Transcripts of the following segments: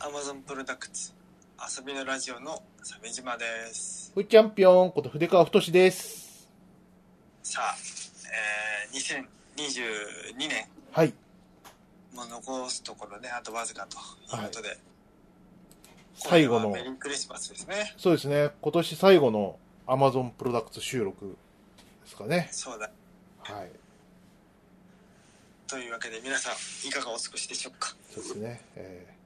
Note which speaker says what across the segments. Speaker 1: Amazon プロダクツ遊びのラジオの鮫島です
Speaker 2: ふチャンピオンこと筆川太です。
Speaker 1: さあ、えー、2022年
Speaker 2: はい。
Speaker 1: も残すところねあとわずかということで、
Speaker 2: 最後の
Speaker 1: 今夜はメリークリスマスですね
Speaker 2: そうですね。今年最後の Amazon プロダクツ収録ですかね。
Speaker 1: そうだ
Speaker 2: はい。
Speaker 1: というわけで皆さんいかがお過ごしでしょうか
Speaker 2: そうですね。えー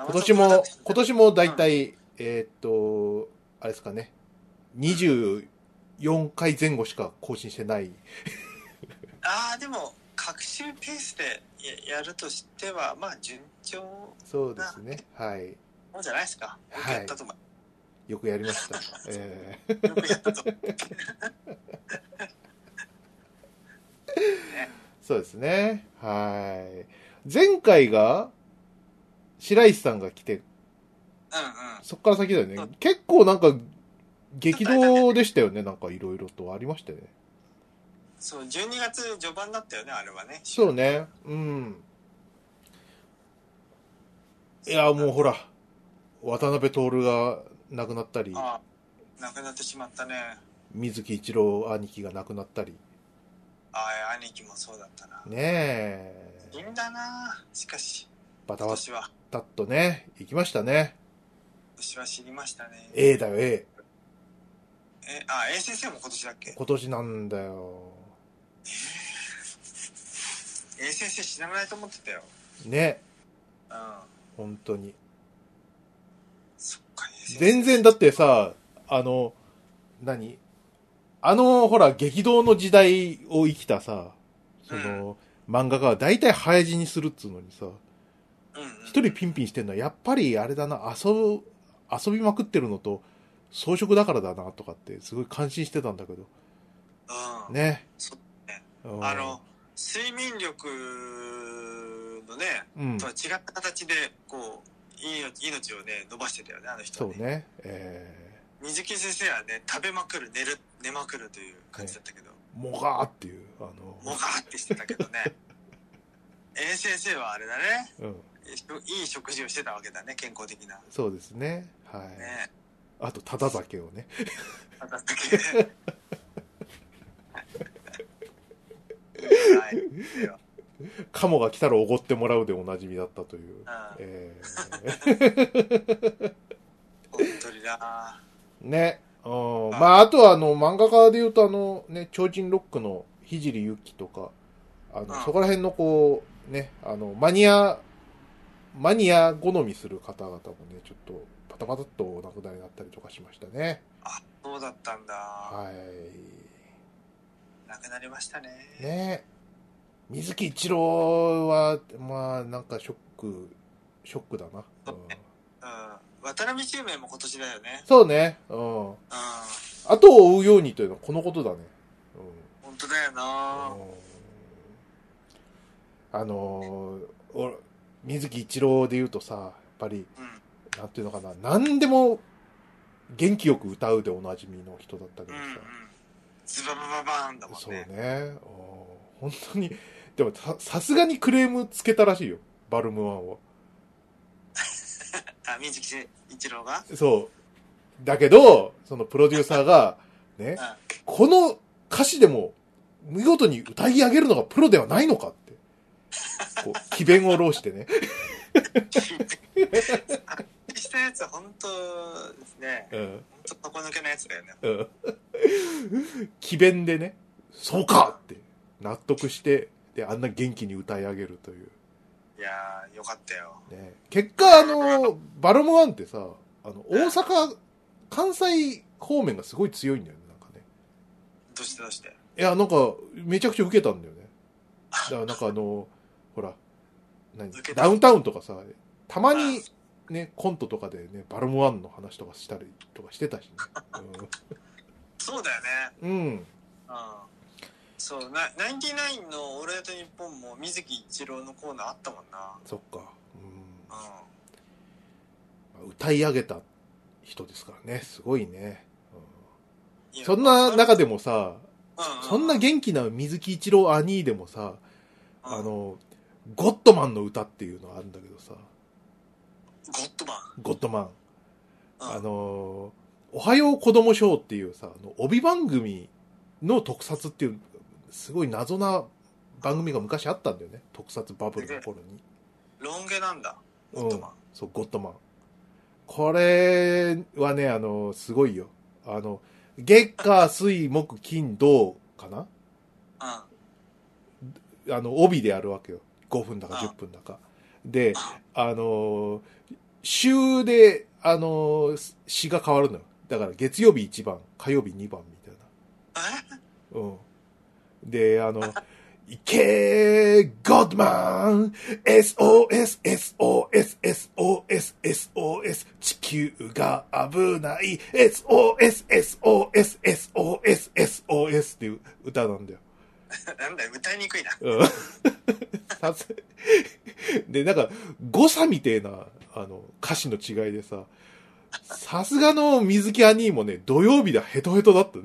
Speaker 2: 今
Speaker 1: Amazon
Speaker 2: 年
Speaker 1: プロダ
Speaker 2: も
Speaker 1: クツ、
Speaker 2: 今年も大体、えーっと、あれですかね。24回前後しか更新してない。
Speaker 1: ああでも各週ペースでややるとしてはまあ順調
Speaker 2: そうですね。はい。
Speaker 1: もんじゃないですかよくやったと思う、
Speaker 2: よくやりました。えー
Speaker 1: よくやったと思う
Speaker 2: そうですね。はい。前回が、白石さんが来て
Speaker 1: うんうん
Speaker 2: そっから先だよね
Speaker 1: うん。
Speaker 2: 結構なんか、激動でしたよね。なんかいろいろとありましたよね。
Speaker 1: そう12月序盤だったよねあれはね
Speaker 2: そうね。うん。いや、もうほら、渡辺徹が亡くなったり、
Speaker 1: ああ亡くなってしまったね
Speaker 2: 水木一郎兄貴が亡くなったり。
Speaker 1: ああ兄貴もそうだったな
Speaker 2: ねえ。
Speaker 1: 死んだなしかし
Speaker 2: バタバ
Speaker 1: 私は
Speaker 2: タっとね、行きましたね。
Speaker 1: 私は知りましたね
Speaker 2: A だよ、A。
Speaker 1: えあ A 先生も今年だっけ
Speaker 2: 今年なんだよ。
Speaker 1: A 先生死なないと思ってたよ
Speaker 2: ね。
Speaker 1: うん
Speaker 2: 本当に。
Speaker 1: そっか A 先生
Speaker 2: 全然だってさ、あの、何あの、ほら、激動の時代を生きたさ、その、漫画家は大体早死にするっつうのにさ、
Speaker 1: うんうん
Speaker 2: 一人ピンピンしてんのは、やっぱりあれだな、遊ぶ、遊びまくってるのと、装飾だからだな、とかって、すごい感心してたんだけど、
Speaker 1: うん、
Speaker 2: ね。
Speaker 1: そうね
Speaker 2: うん
Speaker 1: あの、睡眠力のね
Speaker 2: うん
Speaker 1: と。は違った形でこう命命をね伸ばしてたよねあの人
Speaker 2: そ
Speaker 1: は
Speaker 2: うね。え
Speaker 1: 水木先生はね食べまくる寝る寝まくるという感じだったけど、
Speaker 2: ー、もがーっていう、あ
Speaker 1: も
Speaker 2: の
Speaker 1: が、ーってしてたけどね A 先生はあれだね
Speaker 2: うん。
Speaker 1: いい食事をしてたわけだね健康的な
Speaker 2: そうですね。はい。
Speaker 1: ね
Speaker 2: あと、ただ酒をね。
Speaker 1: だったっけ はい、
Speaker 2: カモが来たらおごってもらうでおなじみだったという。
Speaker 1: う
Speaker 2: え
Speaker 1: ん、本当にな
Speaker 2: ー ね。うん。まあ、あとは、あの、漫画家で言うと、あの、ね、超人ロックの聖ゆきとか、あの、
Speaker 1: うん
Speaker 2: そこら辺の、こう、ね、あの、マニア、マニア好みする方々もね、ちょっと、パタパタっとお亡くなりになったりとかしましたね。
Speaker 1: あそうだったんだ、
Speaker 2: は
Speaker 1: なくなりましたね
Speaker 2: い。ね。水木一郎は、まあ、なんかショック、ショックだな。うん
Speaker 1: うん、渡辺宙明も今年だよね
Speaker 2: そうね。うん。
Speaker 1: うん
Speaker 2: 後を追うようにというのはこのことだね。うん
Speaker 1: 本当だよな
Speaker 2: あのーお水木一郎で言うとさ、やっぱり、
Speaker 1: うん
Speaker 2: なんていうのかな、何でも元気よく歌うでおなじみの人だったけ
Speaker 1: うん
Speaker 2: どさ
Speaker 1: う。んズババババーンだもん
Speaker 2: そう
Speaker 1: ね
Speaker 2: ね。うん本当に、でもささすがにクレームつけたらしいよ。バルムワンは。
Speaker 1: あ水木一郎が
Speaker 2: そう。だけど、そのプロデューサーが、ね、この歌詞でも見事に歌い上げるのがプロではないのかって。こう、奇弁を弄してね。
Speaker 1: したやつは本当ですね
Speaker 2: うん。
Speaker 1: 本当底抜けのやつだよね
Speaker 2: うん。奇弁でね、そうかって納得して、で、あんな元気に歌い上げるという。
Speaker 1: いやーよかったよ
Speaker 2: ね。結果、あの、バロムワンってさ、あの、大阪、関西方面がすごい強いんだよね、なんかね。
Speaker 1: どうしてどうして
Speaker 2: いや、なんか、めちゃくちゃ受けたんだよね。だからなんかあの、ほら、何
Speaker 1: 受けた
Speaker 2: ダウンタウンとかさ、たま
Speaker 1: うん
Speaker 2: にね、コントとかでね、バルムワンの話とかしたりとかしてたし ね。
Speaker 1: そうだよね
Speaker 2: うん。うん、
Speaker 1: うんそうなナインティナインの「オールナイトニッポン」も水木一郎のコーナーあったもんな
Speaker 2: そっか。
Speaker 1: うん
Speaker 2: うん。歌い上げた人ですからね、すごいね。
Speaker 1: い
Speaker 2: うん、
Speaker 1: や
Speaker 2: そんな中でもさ、
Speaker 1: うんうん
Speaker 2: そんな元気な水木一郎兄でもさ、
Speaker 1: うん
Speaker 2: あの、ゴッドマンの歌っていうのあるんだけどさ、
Speaker 1: ゴッドマン。
Speaker 2: ゴッドマン。
Speaker 1: うん
Speaker 2: あのーおはよう子供ショーっていうさ、あの、帯番組の特撮っていう、すごい謎な番組が昔あったんだよね。特撮バブルの頃に。
Speaker 1: ロン毛なんだ。
Speaker 2: う
Speaker 1: ゴッドマン。
Speaker 2: そう、ゴッドマン。これはね、あの、すごいよ。あの、月火水木金土かな
Speaker 1: うん。
Speaker 2: あの、帯でやるわけよ。5分だか
Speaker 1: あ
Speaker 2: 10分だか。で、
Speaker 1: あ
Speaker 2: あの、週で、あの、詩が変わるのよ。だから月曜日1番、火曜日2番みたいな。
Speaker 1: え
Speaker 2: うん。で、あの、いけー、ゴッドマン !SOS、SOS、SOS、SOS、地球が危ない !SOS、SOS、SOS、SOS っていう歌なんだよ。
Speaker 1: なんだよ、歌いにくいな。
Speaker 2: うん。 さす で、なんか、誤差みてえな、あの、歌詞の違いでさ、さすがの水木兄もね、土曜日だ、ヘトヘトだったね。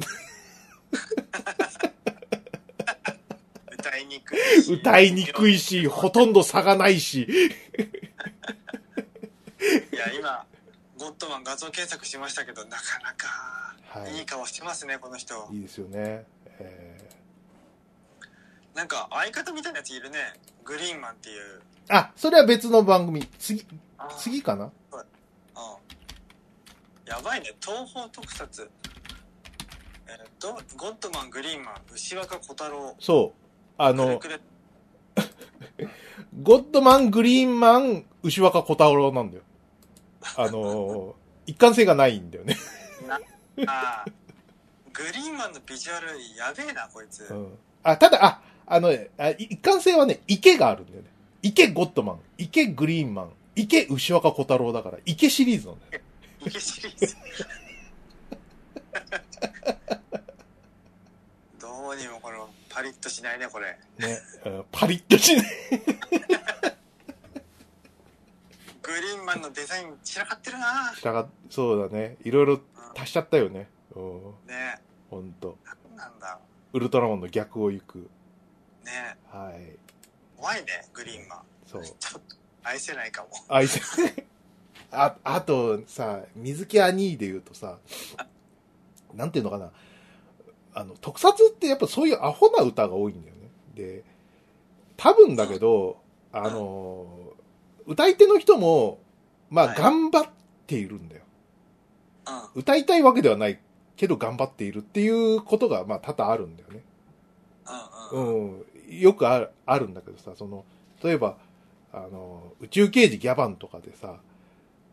Speaker 1: 歌いにくいし。
Speaker 2: 歌いにくいし、ほとんど差がないし。
Speaker 1: いや、今、ゴッドマン画像検索しましたけど、なかなか、
Speaker 2: はい
Speaker 1: い顔してますね、この人
Speaker 2: い。。いいですよね。え
Speaker 1: なんか、相方みたいなやついるね。グリーンマンっていう。
Speaker 2: ーあ、それは別の番組。次、
Speaker 1: あー
Speaker 2: 次かな
Speaker 1: うん。やばいね、東方特撮。えーっと、ゴッドマン、グリーンマン、牛若小太郎、
Speaker 2: そう。あ
Speaker 1: あ
Speaker 2: の、
Speaker 1: くれ
Speaker 2: ゴッドマン、グリーンマン、牛若小太郎なんだよ。あの、一貫性がないんだよね。
Speaker 1: あーグリーンマンのビジュアル、やべえな、こいつ。
Speaker 2: うんあ、ただ、あ、あの、あい一貫性はね、池があるんだよね。池ゴッドマン、池グリーンマン、池牛若小太郎だから、池シリーズなんだよ。
Speaker 1: 池シリーズ。どうにもこの、パリッとしないね、これ。
Speaker 2: ね。 うんパリッとしない。
Speaker 1: グリーンマンのデザイン散らかってるな
Speaker 2: だからそうだね。いろいろ足しちゃったよね。うん、
Speaker 1: ね
Speaker 2: ほんと。
Speaker 1: え、なんだ。
Speaker 2: ウルトラマンの逆を行く。
Speaker 1: ねえ、
Speaker 2: はい。
Speaker 1: 怖いね、グリーンマン。
Speaker 2: そう。
Speaker 1: ちょっと、愛せないかも。
Speaker 2: あ、いいじゃんあ、 あとさ、水木兄で言うとさ、なんていうのかな。あの、特撮ってやっぱそういうアホな歌が多いんだよね。で、多分だけど、あの、歌い手の人も、ま
Speaker 1: は
Speaker 2: あ
Speaker 1: い
Speaker 2: 頑張っているんだよ。
Speaker 1: うん。
Speaker 2: 歌いたいわけではないけど頑張っているっていうことが、まあ多々あるんだよね。
Speaker 1: うんうん。
Speaker 2: うん、よくあるあるんだけどさその例えばあの宇宙刑事ギャバンとかでさ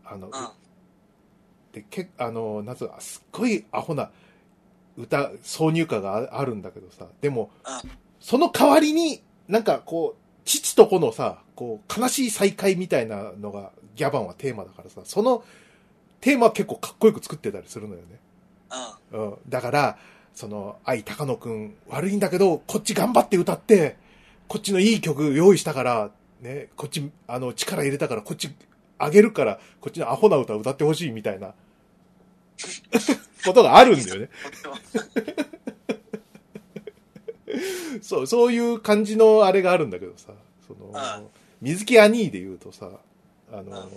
Speaker 2: あの、
Speaker 1: うん。
Speaker 2: でけあのなんつうのすっごいアホな歌挿入歌がああるんだけどさでも、
Speaker 1: うん
Speaker 2: その代わりになんかこう父と子のさこう悲しい再会みたいなのがギャバンはテーマだからさそのテーマは結構かっこよく作ってたりするのよね。
Speaker 1: うん。
Speaker 2: うん、だから、その、愛高野くん、悪いんだけど、こっち頑張って歌って、こっちのいい曲用意したから、ね、こっち、あの、力入れたから、こっち、あげるから、こっちのアホな歌歌ってほしいみたいな、ことがあるんだよね。そう、そういう感じのあれがあるんだけどさ、その
Speaker 1: ああ、
Speaker 2: 水木兄で言うとさ、あ
Speaker 1: ああ
Speaker 2: の、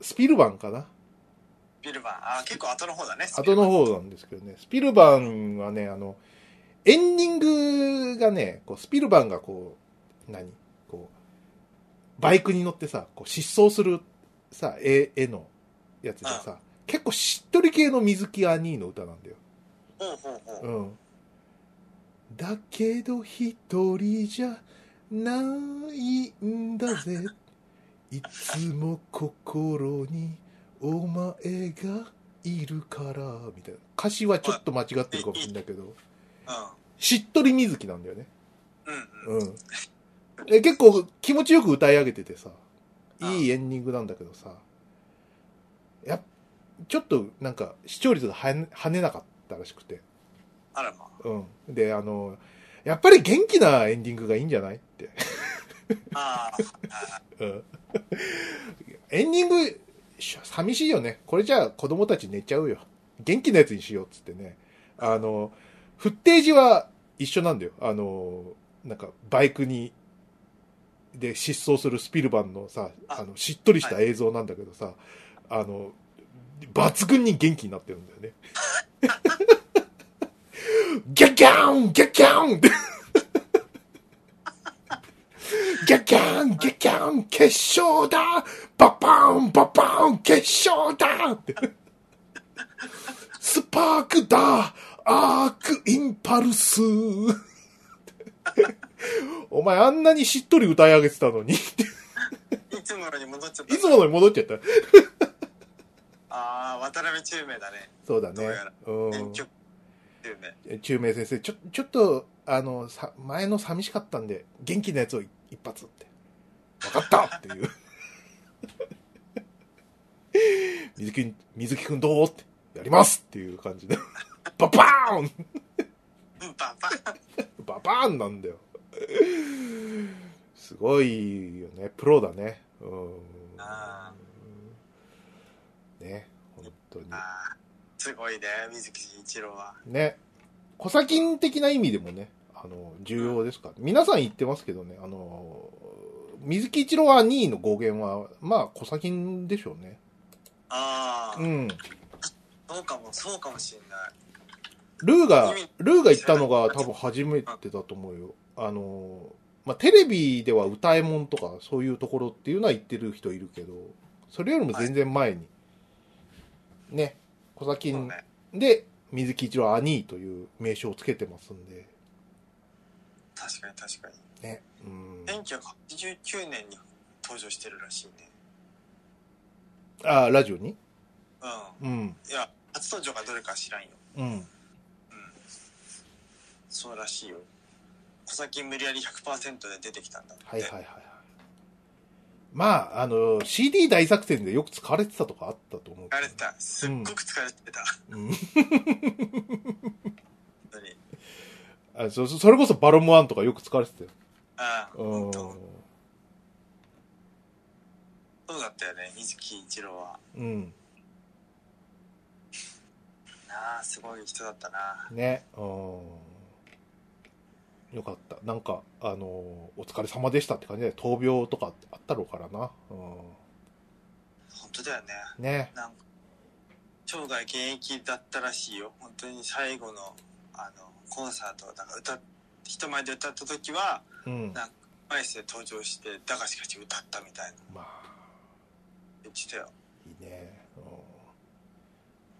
Speaker 2: スピルバンかな
Speaker 1: ビルバン。あ、結構後の方だね。
Speaker 2: 後の方なんですけどね、スピルバンはね、あの、エンディングがね、こうスピルバンがこう、何こう、バイクに乗ってさ、こう失踪するさ、絵絵のやつでさ、結構しっとり系の水木兄の歌なんだよ。
Speaker 1: ほうほうほう。
Speaker 2: うん。だけど一人じゃないんだぜ。いつも心にお前がいるから、みたいな。歌詞はちょっと間違ってるかもしれないけど、しっとり水木なんだよね。
Speaker 1: うん。うんうん。
Speaker 2: うん。え結構気持ちよく歌い上げててさ、いいエンディングなんだけどさ、やっちょっとなんか視聴率が跳ね跳ねなかったらしくて。
Speaker 1: あらま。
Speaker 2: うん。で、あの、やっぱり元気なエンディングがいいんじゃないって。
Speaker 1: ああ。
Speaker 2: うん。エンディング、し寂しいよね。これじゃあ子供たち寝ちゃうよ。元気なやつにしようっつってね。あの、フッテージは一緒なんだよ。あの、なんかバイクにで失踪するスピルバンのさ、
Speaker 1: あ
Speaker 2: あの、しっとりした映像なんだけどさ、あの、抜群に元気になってるんだよね。ギャッギャーンギャッギャーンギャッギャーンギャッギャーン決勝だバッパーンバッパーン決勝だって。スパークだアークインパルスお前あんなにしっとり歌い上げてたのに、い
Speaker 1: いつものに戻っちゃった。
Speaker 2: つものに戻っちゃった。
Speaker 1: ああ、渡辺中明だね。
Speaker 2: そうだ
Speaker 1: ど
Speaker 2: ね
Speaker 1: うやら。
Speaker 2: うん
Speaker 1: 遠。曲中明。
Speaker 2: 中明先生、ちょ、ちょっと、あの、さ、前の寂しかったんで、元気なやつを一発って。わかったっていう。 水木、水木くんどうって、やりますっていう感じで。 ババーン
Speaker 1: うん、パパ。
Speaker 2: ババーンなんだよ。すごいよね。プロだね。
Speaker 1: あ
Speaker 2: うん。ね、本当に。
Speaker 1: あーすごいね、水木一郎は。
Speaker 2: ね。小先的な意味でもね、あの、重要ですから。皆さん言ってますけどね、あの、水木一郎は2位の語源は、まあ、小先でしょうね。
Speaker 1: ああ、
Speaker 2: うん。
Speaker 1: そうかも、そうかもしれない。
Speaker 2: ルーが、ルーが言ったのが多分初めてだと思うよ。あの、まあ、テレビでは歌えもんとかそういうところっていうのは言ってる人いるけど、それよりも全然前に、ね、小崎
Speaker 1: そうね。
Speaker 2: で水木一郎兄という名称をつけてますんで、
Speaker 1: 確かに確かに。
Speaker 2: ね、うん。
Speaker 1: 1989年に登場してるらしいね。
Speaker 2: あ、ラジオに
Speaker 1: うん。
Speaker 2: うん、
Speaker 1: いや、初登場がどれか知らんよ。
Speaker 2: うん。
Speaker 1: うん。そうらしいよ。小崎無理やり100%で出てきたんだって。
Speaker 2: はいはいはいはい。まあ、あの、CD 大作戦でよく使われてたとかあったと思うけ
Speaker 1: 疲
Speaker 2: ど。
Speaker 1: れてた。すっごく疲れてた。
Speaker 2: うん
Speaker 1: 本当に。
Speaker 2: あそそれこそバロムワンとかよく使われてたよ。
Speaker 1: ああ、
Speaker 2: う
Speaker 1: 本
Speaker 2: ん。
Speaker 1: 当。そうだったよね、水木一郎は。
Speaker 2: うん。
Speaker 1: なあ、すごい人だったな。
Speaker 2: ね。うん。よかった。なんか、あのーお疲れ様でしたって感じで、闘病とかあったろうからな。う
Speaker 1: 本当だよね。
Speaker 2: ん。ね。
Speaker 1: なんか、生涯現役だったらしいよ。本当に最後の、あの、コンサート、だから歌っ、人前で歌った時は、
Speaker 2: うん。
Speaker 1: なんか、アイスで登場して、だがしかし歌ったみたいな。
Speaker 2: まあ、
Speaker 1: 言ってたよ。
Speaker 2: いいね。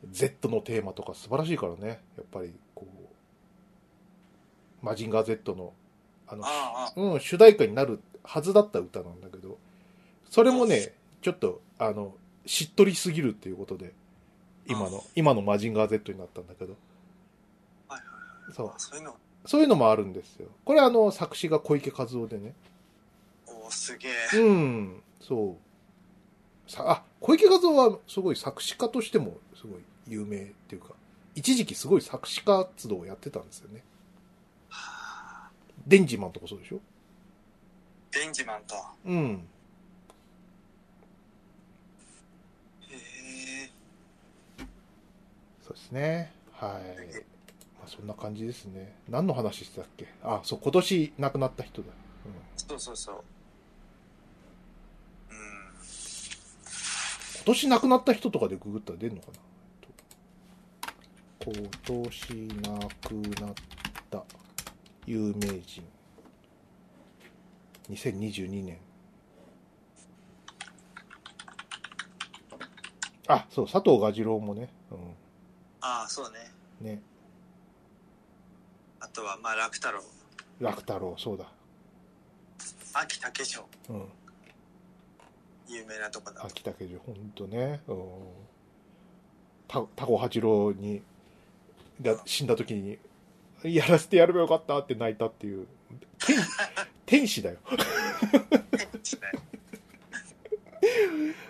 Speaker 2: うん。Z のテーマとか素晴らしいからね。やっぱり、こう、マジンガー Z の、あの、
Speaker 1: ああ、あ
Speaker 2: うん、主題歌になるはずだった歌なんだけど、それも
Speaker 1: うん
Speaker 2: ね、ちょっと、あの、しっとりすぎるっていうことで、今
Speaker 1: うん
Speaker 2: の、今のマジンガー Z になったんだけど、
Speaker 1: あ、はいは
Speaker 2: そう
Speaker 1: い。、そういうの、
Speaker 2: そういうのもあるんですよ。これあの、作詞が小池和夫でね。
Speaker 1: おーすげえ。
Speaker 2: うん、そう。さ、あ、小池和夫はすごい作詞家としてもすごい有名っていうか、一時期すごい作詞家活動をやってたんですよね。
Speaker 1: はあ
Speaker 2: デンジマンとかそうでしょ
Speaker 1: デンジマンと。
Speaker 2: うん。
Speaker 1: へえ。
Speaker 2: そうですね。はい。まあ、そんな感じですね。何の話してたっけあ、そう、今年亡くなった人だ。うん
Speaker 1: そうそうそう。うん。
Speaker 2: 今年亡くなった人とかでググったら出るのかなえっと今年亡くなった有名人。2022年。あ、そう、佐藤蛾次郎もね。
Speaker 1: ああ、そうね。
Speaker 2: うん。ね。
Speaker 1: あとは、まあ、楽太郎。
Speaker 2: 楽太郎、そうだ。
Speaker 1: 秋竹城。
Speaker 2: うん。
Speaker 1: 有名なとこだと。
Speaker 2: 秋竹城ほんとねうんたタコ八郎にが死んだ時にやらせてやればよかったって泣いたっていう天天使だよ
Speaker 1: です ね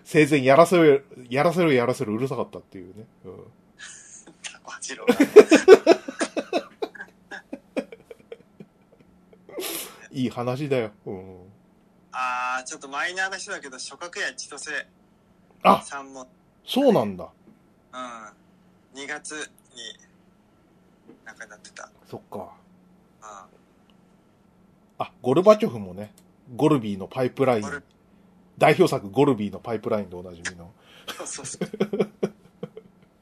Speaker 2: 生前やらせろやらせろやらせろうるさかったっていうね、うん
Speaker 1: タコ八郎。
Speaker 2: いい話だよ、うん、
Speaker 1: ああ、ちょっとマイナーな人だけど、諸角や千歳
Speaker 2: あ
Speaker 1: さんも、
Speaker 2: そうなんだ
Speaker 1: うん、2月に亡くなってた。うん。
Speaker 2: そっかあゴルバチョフもねゴルビーのパイプライン
Speaker 1: ゴル、
Speaker 2: 代表作ゴルビーのパイプラインでおなじみの
Speaker 1: そうそうそ う。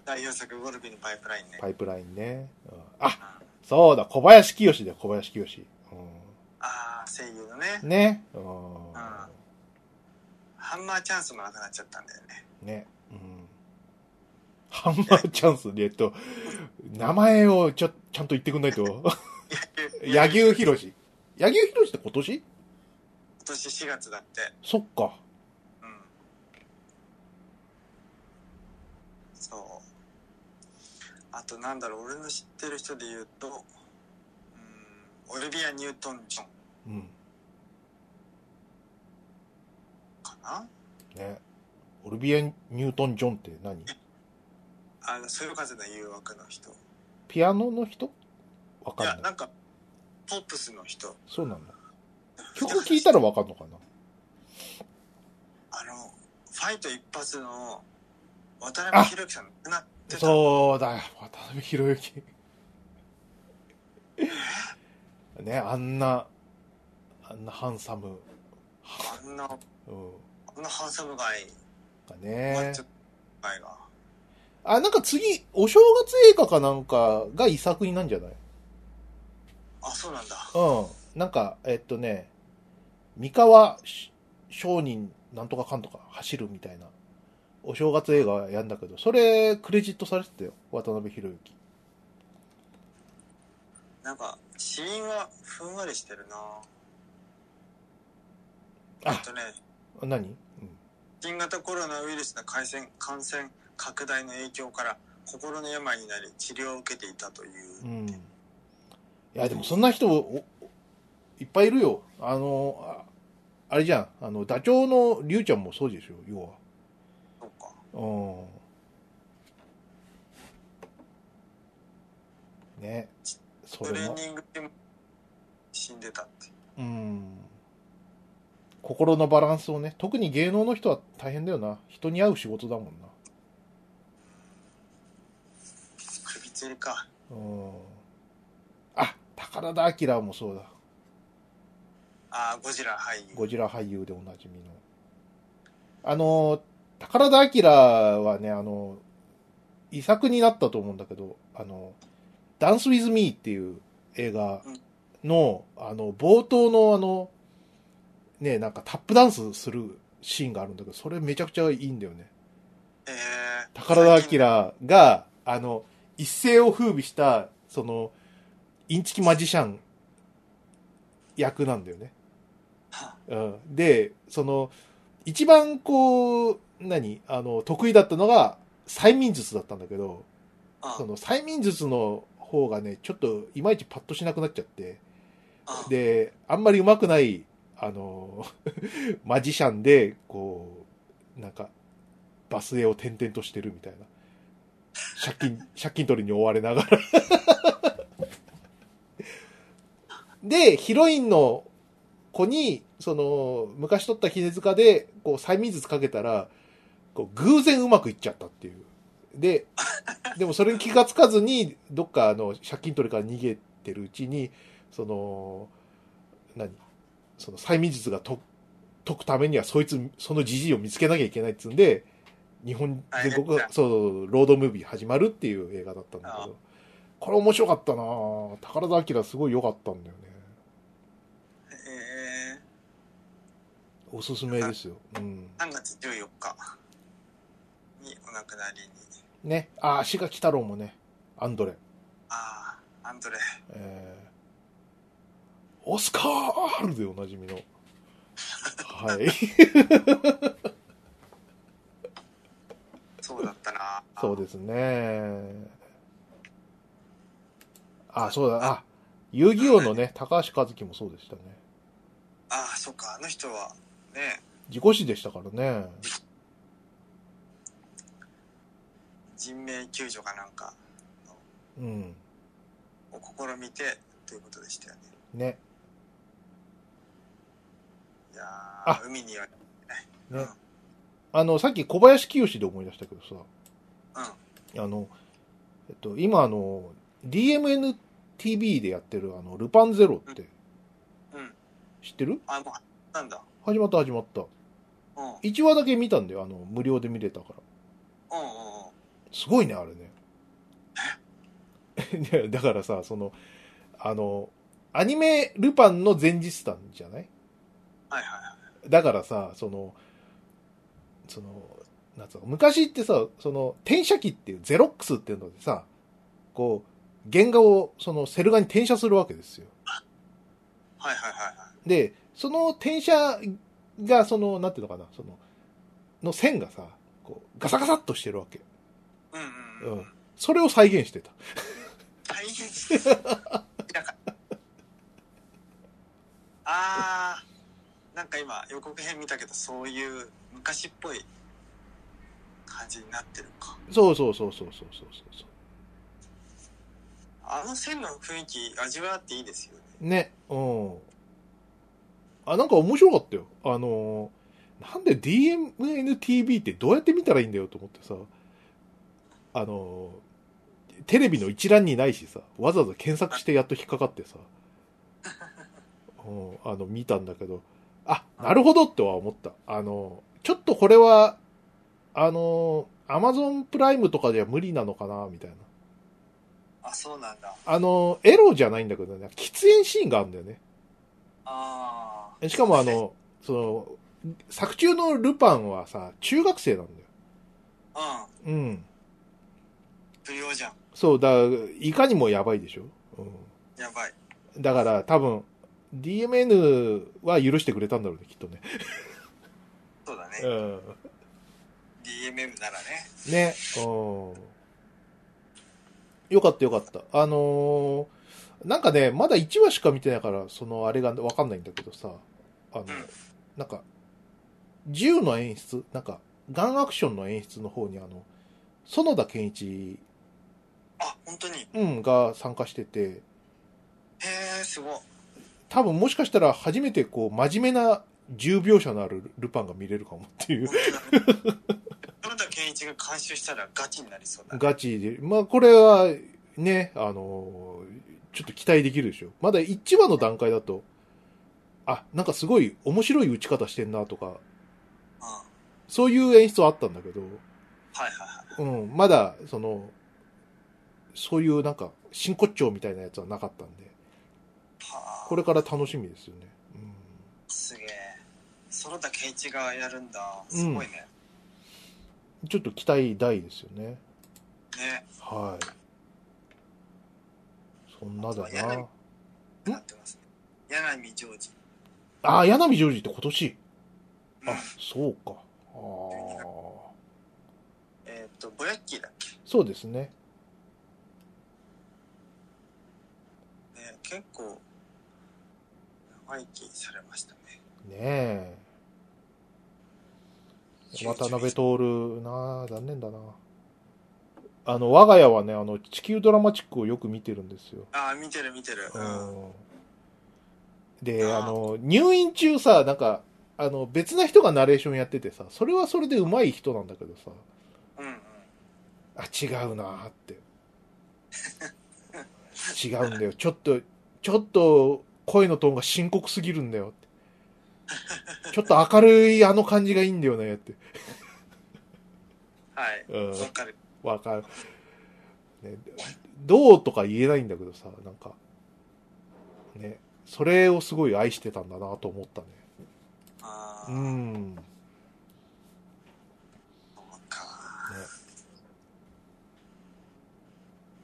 Speaker 1: 代表作、ゴルビーのパイプラインね。
Speaker 2: パイプラインね。うんあ、そうだ、小林清だよ、小林清。
Speaker 1: ああ、声優のね
Speaker 2: う。ん、ね、うん
Speaker 1: ハンマーチャンスもなくなっちゃったんだよね。
Speaker 2: ね、うん。ハンマーチャンスで、えっと、名前をちょ、ちゃんと言ってくんないと。 柳生博士。柳生博士って今年
Speaker 1: 今年4月だって。
Speaker 2: そっか。
Speaker 1: うん。そう。あとなんだろう、俺の知ってる人で言うと、うん、オリビア・ニュートン・ジョン
Speaker 2: うん。
Speaker 1: かな
Speaker 2: ね。オルビエ・ニュートン・ジョンって何
Speaker 1: あの、そよ風の誘惑の人。い
Speaker 2: ピアノの人わか
Speaker 1: や、
Speaker 2: んない。
Speaker 1: なんか、ポップスの人。
Speaker 2: そうなんだ。曲聴いたらわかんのかな
Speaker 1: あの、ファイト一発の渡辺裕之さん亡くなってた。
Speaker 2: そうだよ、渡辺 博之。ね、あんな、あんなハンサム、
Speaker 1: あんな、
Speaker 2: うん、
Speaker 1: あんなハンサムガイ、
Speaker 2: が
Speaker 1: 終わ
Speaker 2: ね
Speaker 1: っちゃ。ったガイが。
Speaker 2: あ、なんか次、お正月映画かなんかが遺作になんじゃない
Speaker 1: あ、そうなんだ。
Speaker 2: うん。なんか、えっとね、三河し商人なんとかかんとか走るみたいな、お正月映画やんだけど、それ、クレジットされてたよ、渡辺博之。
Speaker 1: なんか、死因はふんわりしてるな
Speaker 2: あ
Speaker 1: えっとね、
Speaker 2: 何うん。
Speaker 1: 新型コロナウイルスの感染感染拡大の影響から心の病になり治療を受けていたというう、
Speaker 2: ん。いや、でもそんな人、おいっぱいいるよ。あの、ああれじゃん、あの、ダチョウのリュウちゃんもそうでしょ、要は。
Speaker 1: そうか。
Speaker 2: うん。ね。そ
Speaker 1: ト
Speaker 2: れ
Speaker 1: レー
Speaker 2: も。
Speaker 1: ニングでも死んでたって。
Speaker 2: うん。心のバランスをね、特に芸能の人は大変だよな。人に会う仕事だもんな。
Speaker 1: 首吊りか。
Speaker 2: うん。あ、宝田明もそうだ。
Speaker 1: ああ、ゴジラ俳優。
Speaker 2: ゴジラ俳優でおなじみの。あの、宝田明はね、あの、遺作になったと思うんだけど、あの、ダンスウィズミーっていう映画の、あの、冒頭のあの、ね、なんかタップダンスするシーンがあるんだけど、それめちゃくちゃいいんだよね。
Speaker 1: ええー。
Speaker 2: 宝
Speaker 1: 最近
Speaker 2: 田明が、あの、一世を風靡した、その、インチキマジシャン役なんだよね。
Speaker 1: は
Speaker 2: うん、で、その、一番こう、何あの、得意だったのが、催眠術だったんだけど、
Speaker 1: あ
Speaker 2: その催眠術の方がね、ちょっといまいちパッとしなくなっちゃって、
Speaker 1: あ
Speaker 2: で、あんまり上手くない、あの、 マジシャンで、こう、なんか、バス絵を転々としてるみたいな。借金、借金取りに追われながら。で、ヒロインの子に、その、昔取った絹塚で、こう、催眠術かけたら、こう、偶然うまくいっちゃったっていう。で、でもそれに気がつかずに、どっかあの、借金取りから逃げてるうちに、その、何その催眠術がと解くためには、そいつ、そのじじいを見つけなきゃいけないっつうんで、日本全国
Speaker 1: あ
Speaker 2: が、そう、ロードムービー始まるっていう映画だったんだけど、これ面白かったなぁ宝田明すごい良かったんだよね。
Speaker 1: ええー。
Speaker 2: おすすめですよ。うん。
Speaker 1: 3月14日にお亡くなりに。
Speaker 2: ね。ああ、志垣太郎もね、アンドレ。
Speaker 1: ああ、アンドレ。
Speaker 2: えー、オスカールでおなじみの。はい。
Speaker 1: そうだったな。
Speaker 2: そうですね。あ、そうだ、あ、遊戯王のね、高橋和樹もそうでしたね。
Speaker 1: ああ、そっか、あの人は、ね、
Speaker 2: 自己死でしたからね。
Speaker 1: 人命救助かなんか
Speaker 2: うん。
Speaker 1: を試みてということでしたよね。
Speaker 2: ね。
Speaker 1: いや
Speaker 2: あ
Speaker 1: ー、海には、ね、うん。う
Speaker 2: ね
Speaker 1: ん。。
Speaker 2: あの、さっき小林清で思い出したけどさ、
Speaker 1: あ
Speaker 2: あの、えっと、今あの、DMNTV でやってるあの、ルパンゼロって、
Speaker 1: うん
Speaker 2: 知ってる
Speaker 1: もう、なんだ。
Speaker 2: 始まった始まった。
Speaker 1: うん。うんうん
Speaker 2: 1話だけ見たんだよ。あの、無料で見れたから。
Speaker 1: うん。
Speaker 2: すごいね、あれね。いや だからさ、その、あの、アニメルパンの前日談じゃない
Speaker 1: はいはいは
Speaker 2: だからさ、その、その、なんつうの、昔ってさ、その、転写機っていう、ゼロックスっていうのでさ、こう、原画を、その、セル画に転写するわけですよ。
Speaker 1: い。はいはいはいはい。
Speaker 2: で、その転写が、その、なんていうのかな、その、の線がさ、こう、ガサガサっとしてるわけ。
Speaker 1: うんうんう
Speaker 2: うん
Speaker 1: ん。
Speaker 2: それを再現してた。
Speaker 1: 大変です。なんかあー、なんか今予告編見たけど、そういう昔っぽい感じになってるか。
Speaker 2: そうそうそうそうそうそうそ
Speaker 1: あの線の雰囲気味わっていいですよね。
Speaker 2: う。ね。うん。あ、なんか面白かったよ。あのーなんで DMNTV ってどうやって見たらいいんだよと思ってさ、あのーテレビの一覧にないしさ、わざわざ検索してやっと引っかかってさ、うん、あの、見たんだけど、あ、なるほどっては思った。あのーちょっとこれは、あのー Amazon プライムとかでは無理なのかな、みたいな。
Speaker 1: あ、そうなんだ。
Speaker 2: あの、エロじゃないんだけどね、喫煙シーンがあるんだよね。
Speaker 1: あ
Speaker 2: しかもあの、その、作中のルパンはさ、中学生なんだよ。
Speaker 1: ー、うん。
Speaker 2: うん。
Speaker 1: 不良じゃん。
Speaker 2: そう、だ、いかにもやばいでしょ。う
Speaker 1: やばい。
Speaker 2: ん。だから多分、DMN は許してくれたんだろうね、きっとね。
Speaker 1: そうだね。
Speaker 2: うん。
Speaker 1: DMM ならね。
Speaker 2: ね。うん。よかったよかった。あのーなんかね、まだ1話しか見てないから、そのあれがわかんないんだけどさ、あの
Speaker 1: ん、
Speaker 2: なんか、銃の演出、なんか、ガンアクションの演出の方にあの、園田健一、
Speaker 1: あ、本当に。へ
Speaker 2: うん、が参加してて、
Speaker 1: え、す ごい。
Speaker 2: 多分もしかしたら初めてこう、真面目な重描写のあるルパンが見れるかもっていう
Speaker 1: 本当だね。黒田健一が監修したらガチになりそうだね。
Speaker 2: ガチで、まあこれはね、あのーちょっと期待できるでしょ。まだ1話の段階だと、あ、なんかすごい面白い打ち方してんなとか、
Speaker 1: うん。はい
Speaker 2: そういう演出はあったんだけど、
Speaker 1: はいはい。
Speaker 2: うん、まだ、その、そういうなんか、真骨頂みたいなやつはなかったんで、
Speaker 1: はあ。
Speaker 2: これから楽しみですよね。
Speaker 1: すげえ。園田圭一がやるんだ。すごいね。
Speaker 2: うん、ちょっと期待大ですよね。
Speaker 1: ね。
Speaker 2: はい。そんなだ
Speaker 1: やら
Speaker 2: な。ん
Speaker 1: なってますね。柳ジョージ。
Speaker 2: あ、柳ジョージって今年。
Speaker 1: うん
Speaker 2: あ、そうか。ああ。
Speaker 1: えっ、と、ボヤッキーだっけ
Speaker 2: そうですね。
Speaker 1: ね。結構、長生きされましたね。
Speaker 2: ねえ。渡辺徹なあ残念だなあの、我が家はね、あの、地球ドラマチックをよく見てるんですよ。
Speaker 1: ああ、見てる見てる。
Speaker 2: う
Speaker 1: うん。
Speaker 2: ん。で、
Speaker 1: あ
Speaker 2: あ
Speaker 1: ー
Speaker 2: の、入院中さ、なんか、あの、別な人がナレーションやっててさ、それはそれで上手い人なんだけどさ、
Speaker 1: うんうん。
Speaker 2: あ、違うなあって。違うんだよ。ちょっと、ちょっと声のトーンが深刻すぎるんだよって。ちょっと明るいあの感じがいいんだよねって。
Speaker 1: はい。
Speaker 2: うん。
Speaker 1: わかる。
Speaker 2: わかる。ね、どうとか言えないんだけどさ、なんか。ね。それをすごい愛してたんだなと思ったね。
Speaker 1: ああ、
Speaker 2: う
Speaker 1: そ
Speaker 2: ん。
Speaker 1: うか。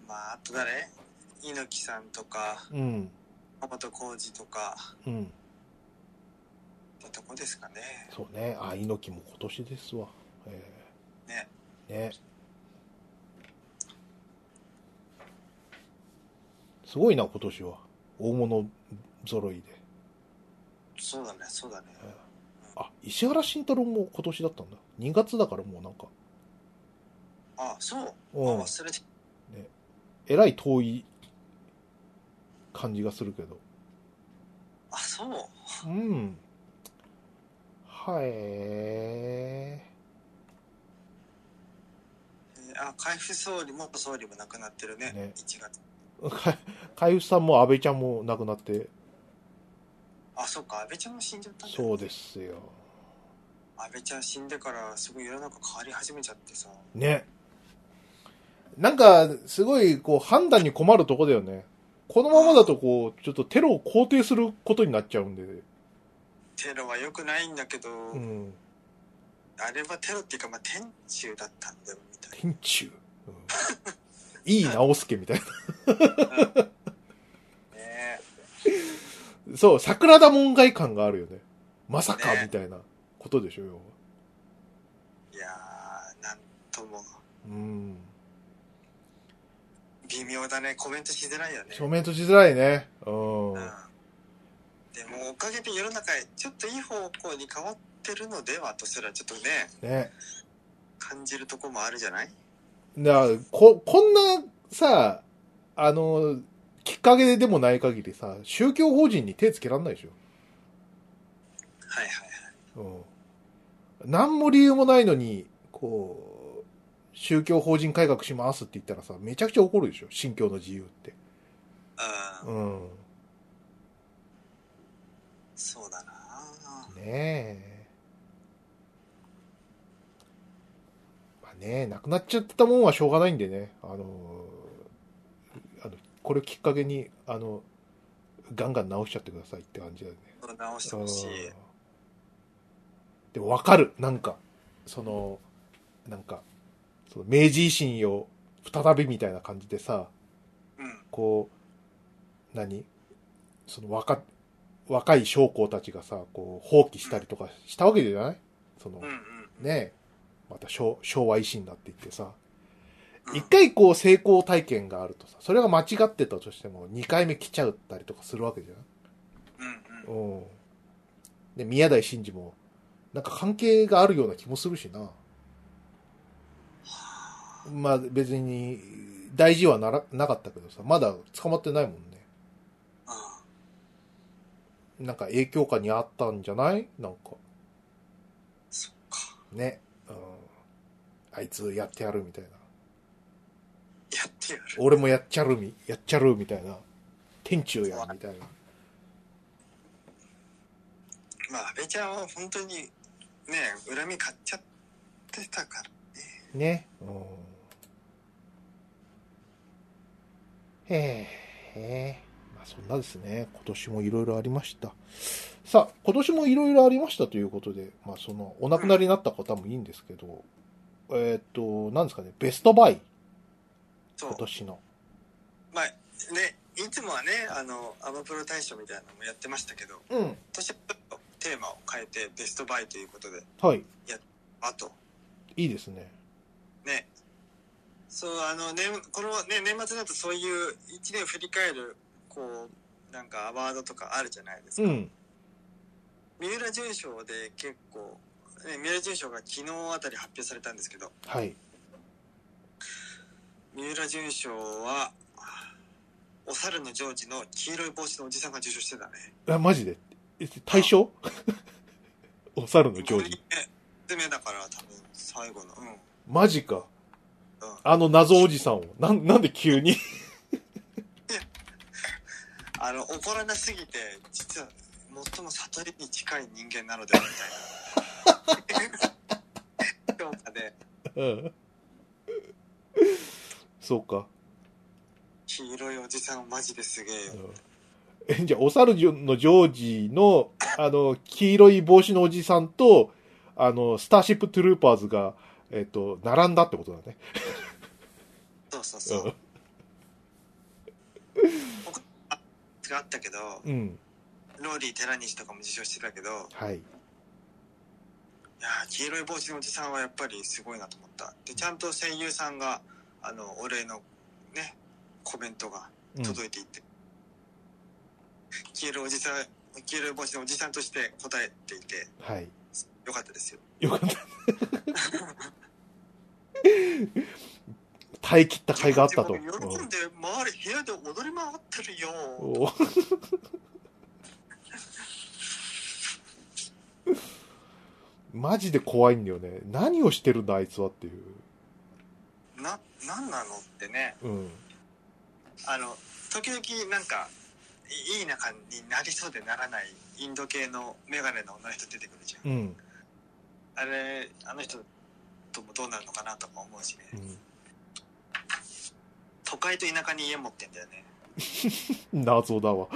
Speaker 1: まあ、あと誰猪木さんとか、
Speaker 2: うん。
Speaker 1: 岡本浩二とか、
Speaker 2: うん。
Speaker 1: ってとこですかね。
Speaker 2: そうね。あ、猪木も今年ですわ。え
Speaker 1: ね。
Speaker 2: えね。すごいな、今年は。大物揃いで。
Speaker 1: そうだね、そうだね。
Speaker 2: あ、石原慎太郎も今年だったんだ。2月だからもうなんか。
Speaker 1: ああ、そう。あ
Speaker 2: うん。
Speaker 1: 忘れて
Speaker 2: えらい遠い感じがするけど。
Speaker 1: あ、そう。
Speaker 2: うん。はい。え
Speaker 1: えーあ、海部総理、元総理も亡くなってるね。
Speaker 2: ね
Speaker 1: 1月。
Speaker 2: か海部さんも安倍ちゃんも亡くなって、
Speaker 1: あ、そっか、安倍ちゃんも死んじゃったんだよ
Speaker 2: そうですよ。
Speaker 1: 安倍ちゃん死んでから、すごい世の中変わり始めちゃってさ。
Speaker 2: ね。なんか、すごい、こう、判断に困るとこだよね。このままだと、こう、ちょっとテロを肯定することになっちゃうんで。
Speaker 1: テロは良くないんだけど、
Speaker 2: うん。
Speaker 1: あれはテロっていうか、まあ、天中だったんだよ、みたい
Speaker 2: 天中。うん、いい直輔みたい
Speaker 1: な。ね
Speaker 2: な。そう、桜田門外感があるよね。まさか、
Speaker 1: ね
Speaker 2: みたいなことでしょ、要は。
Speaker 1: いやー、なんとも、
Speaker 2: うん。
Speaker 1: 微妙だね。コメントしづらいよね。
Speaker 2: 正面としづらいね。うん。
Speaker 1: うん。でも、おかげで世の中、ちょっといい方向に変わってるのではとすら、ちょっとね、
Speaker 2: ね。
Speaker 1: 感じるとこもあるじゃない
Speaker 2: だからこ、こんな、さ、あの、きっかけでもない限りさ、宗教法人に手つけらんないでしょ。
Speaker 1: はいはいはい。
Speaker 2: うん。何も理由もないのに、こう、宗教法人改革しますって言ったらさ、めちゃくちゃ怒るでしょ信教の自由って。
Speaker 1: うん、
Speaker 2: うん。
Speaker 1: そうだな
Speaker 2: ねえ。まあねえ、なくなっちゃってたもんはしょうがないんでね。あのーあの、これをきっかけに、あの、ガンガン直しちゃってくださいって感じだよね。
Speaker 1: 直してほしい。
Speaker 2: うんでも分かるなんかそのなんかその明治維新を再びみたいな感じでさ
Speaker 1: うん。
Speaker 2: こう何その若若い将校たちがさこう放棄したりとかしたわけじゃないそ
Speaker 1: う
Speaker 2: の
Speaker 1: んう
Speaker 2: ね
Speaker 1: ん。
Speaker 2: えまた昭昭和維新だって言ってさ
Speaker 1: うん
Speaker 2: 一回こう成功体験があるとさそれが間違ってたとしても二回目来ちゃったりとかするわけじゃない
Speaker 1: うんうん。
Speaker 2: うん。で、宮台真司も、なんか関係があるような気もするしな。まあ別に、大事はなら、なかったけどさ、まだ捕まってないもんね。
Speaker 1: あ
Speaker 2: なんか影響下にあったんじゃないなんか。
Speaker 1: そっか。
Speaker 2: ね。うん。あいつやってやるみたいな。
Speaker 1: やってやる。
Speaker 2: 俺もやっちゃるみ、やっちゃるみたいな。天中やんみたいな。
Speaker 1: まあ、安倍ちゃんは本当に、ね、恨み買っちゃってたから。
Speaker 2: ね。うん。へえ、へえ。まあそんなですね。今年もいろいろありました。さあ、今年もいろいろありましたということで、まあその、お亡くなりになった方もいいんですけど、えーっと、なんですかね、ベストバイ、
Speaker 1: そ
Speaker 2: 今
Speaker 1: う。
Speaker 2: 年の。
Speaker 1: まあ、ね、いつもはね、あの、アマプロ大賞みたいなのもやってましたけど、今
Speaker 2: うん。
Speaker 1: 年はちょっとテーマを変えて、ベストバイということで、
Speaker 2: はい。
Speaker 1: あと、
Speaker 2: いいですね。
Speaker 1: ね、そう、あの、年、このね、年末だとそういう一年を振り返る、こう、なんかアワードとかあるじゃないです
Speaker 2: う
Speaker 1: か。
Speaker 2: ん。
Speaker 1: 三浦淳賞で結構、ね、三浦淳賞が昨日あたり発表されたんですけど、
Speaker 2: はい。
Speaker 1: 三浦淳賞は、お猿のジョージの黄色い帽子のおじさんが受賞してたね。
Speaker 2: あ、マジでえ対象 お猿の競技。
Speaker 1: 5人目だから多分最後の。うん。うん。
Speaker 2: マジか。あの謎おじさんを。なん、なんで急に
Speaker 1: あの、怒らなすぎて、実は最も悟りに近い人間なのでは みたいな。評価で、
Speaker 2: うんそうか。
Speaker 1: 黄色いおじさんマジですげえよ
Speaker 2: う。んえ、じゃあ、お猿のジョージの、あの、黄色い帽子のおじさんと、あの、スターシップトゥルーパーズが、えっと、並んだってことだね。
Speaker 1: そうそうそう。他があったけど、
Speaker 2: うん。うん。
Speaker 1: ローリー・寺西とかも受賞してたけど、い
Speaker 2: はい。
Speaker 1: やー黄色い帽子のおじさんはやっぱりすごいなと思った。で、ちゃんと声優さんが、あの、お礼のね、コメントが
Speaker 2: うん、
Speaker 1: 届いていて、消えるおじさん消える帽子のおじさんとして答えていて
Speaker 2: はい。
Speaker 1: よかったですよ
Speaker 2: よかった。耐え切った甲斐があったと。
Speaker 1: 喜んで
Speaker 2: うん
Speaker 1: 周り部屋で踊り回ってるよ
Speaker 2: おマジで怖いんだよね。何をしてるんだ、あいつはっていう。
Speaker 1: な何なのってね
Speaker 2: うん。
Speaker 1: あの時々なんかいいい中になりそうでならないインド系のメガネの女の人出てくるじゃん
Speaker 2: うん。
Speaker 1: あれあの人ともどうなるのかなとか思うしね都会と田舎に家持ってんだよね
Speaker 2: うん。謎だわ。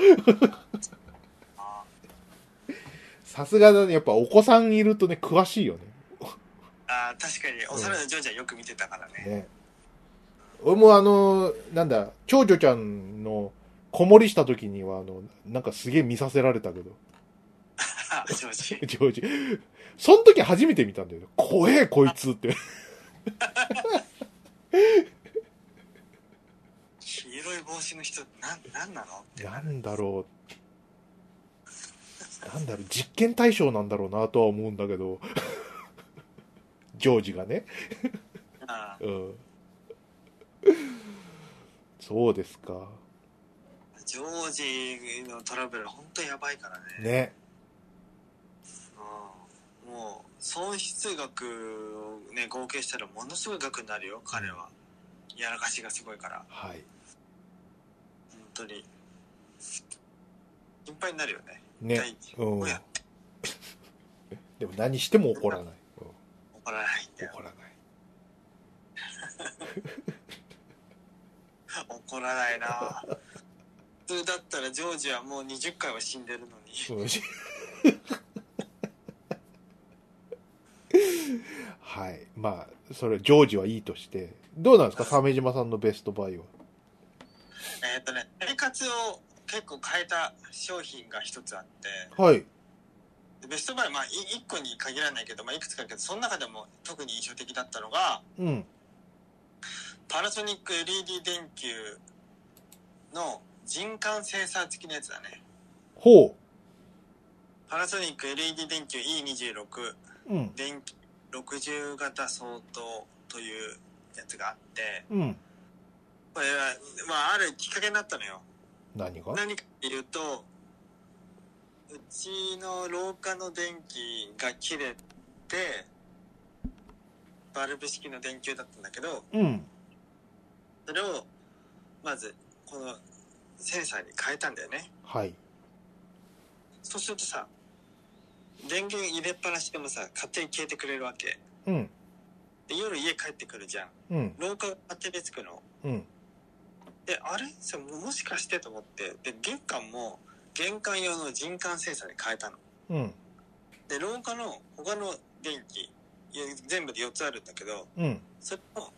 Speaker 1: あ
Speaker 2: さすがだね。やっぱお子さんいるとね、詳しいよね。
Speaker 1: あー確かにおさらのジョージはよく見てたからね
Speaker 2: ね。俺もあの、なんだ、長女ちゃんの子守りした時には、あの、なんかすげえ見させられたけど、
Speaker 1: あジョージ
Speaker 2: ジョージ。その時初めて見たんだよね。怖え、こいつって。
Speaker 1: 黄色い帽子の人なんなんなのって
Speaker 2: なんだろう。なんだろう、実験対象なんだろうなとは思うんだけど。 ジョージがね。
Speaker 1: ああ
Speaker 2: うん。そうですか。
Speaker 1: ジョージのトラブル本当やばいからね
Speaker 2: ね。
Speaker 1: うんもう損失額をね合計したらものすごい額になるよ彼はやらかしがすごいから
Speaker 2: はい。
Speaker 1: 本当に心配になるよね
Speaker 2: ね。
Speaker 1: 第一
Speaker 2: うん
Speaker 1: どうやって
Speaker 2: でも何しても怒らない。うん
Speaker 1: 怒らないんだよ
Speaker 2: 怒らない。
Speaker 1: 怒らないな普通だったらジョージはもう20回は死んでるのに
Speaker 2: うん はい。まあ、それ、ジョージはいいとして。どうなんですか鮫島さんのベストバイは。
Speaker 1: えっとね生活を結構変えた商品が一つあって
Speaker 2: はい。
Speaker 1: でベストバイまあい一個に限らないけど、まあ、いくつかあるけどその中でも特に印象的だったのが
Speaker 2: うん。
Speaker 1: パナソニック LED 電球の人感センサー付きのやつだね
Speaker 2: ほ
Speaker 1: パナソニック LED 電球 E26
Speaker 2: う。うん。
Speaker 1: 電気60型相当というやつがあって
Speaker 2: うん。
Speaker 1: これは、まあ、あるきっかけになったのよ
Speaker 2: 何が
Speaker 1: 何かっていうとうちの廊下の電気が切れてバルブ式の電球だったんだけど
Speaker 2: うん。
Speaker 1: それをまずこのセンサーに変えたんだよね
Speaker 2: はい。
Speaker 1: そうするとさ、電源入れっぱなしでもさ、勝手に消えてくれるわけ。
Speaker 2: うん。
Speaker 1: で夜家帰ってくるじゃん。
Speaker 2: うん。
Speaker 1: 廊下が勝手につくの。
Speaker 2: うん。
Speaker 1: で、あれそれもしかしてと思って。で、玄関も玄関用の人感センサーに変えたの。
Speaker 2: うん。
Speaker 1: で、廊下の他の電気、いや全部で4つあるんだけど、
Speaker 2: うん。
Speaker 1: それも、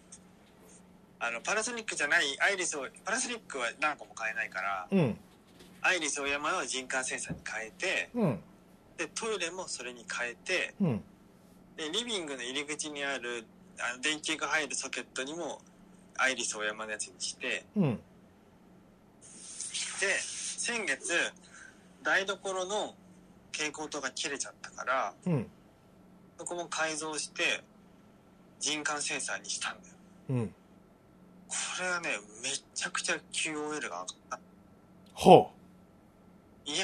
Speaker 1: あの、パナソニックじゃないアイリスを、パナソニックは何個も変えないから、
Speaker 2: うん。
Speaker 1: アイリスオーヤマは人感センサーに変えて、
Speaker 2: うん。
Speaker 1: で、トイレもそれに変えて、
Speaker 2: うん。
Speaker 1: でリビングの入り口にあるあの電球が入るソケットにもアイリスオーヤマのやつにして
Speaker 2: うん。
Speaker 1: で先月台所の蛍光灯が切れちゃったから
Speaker 2: うん。
Speaker 1: そこも改造して人感センサーにしたんだよ
Speaker 2: うん。
Speaker 1: これはねめちゃくちゃ QOL が上がった
Speaker 2: は
Speaker 1: 家帰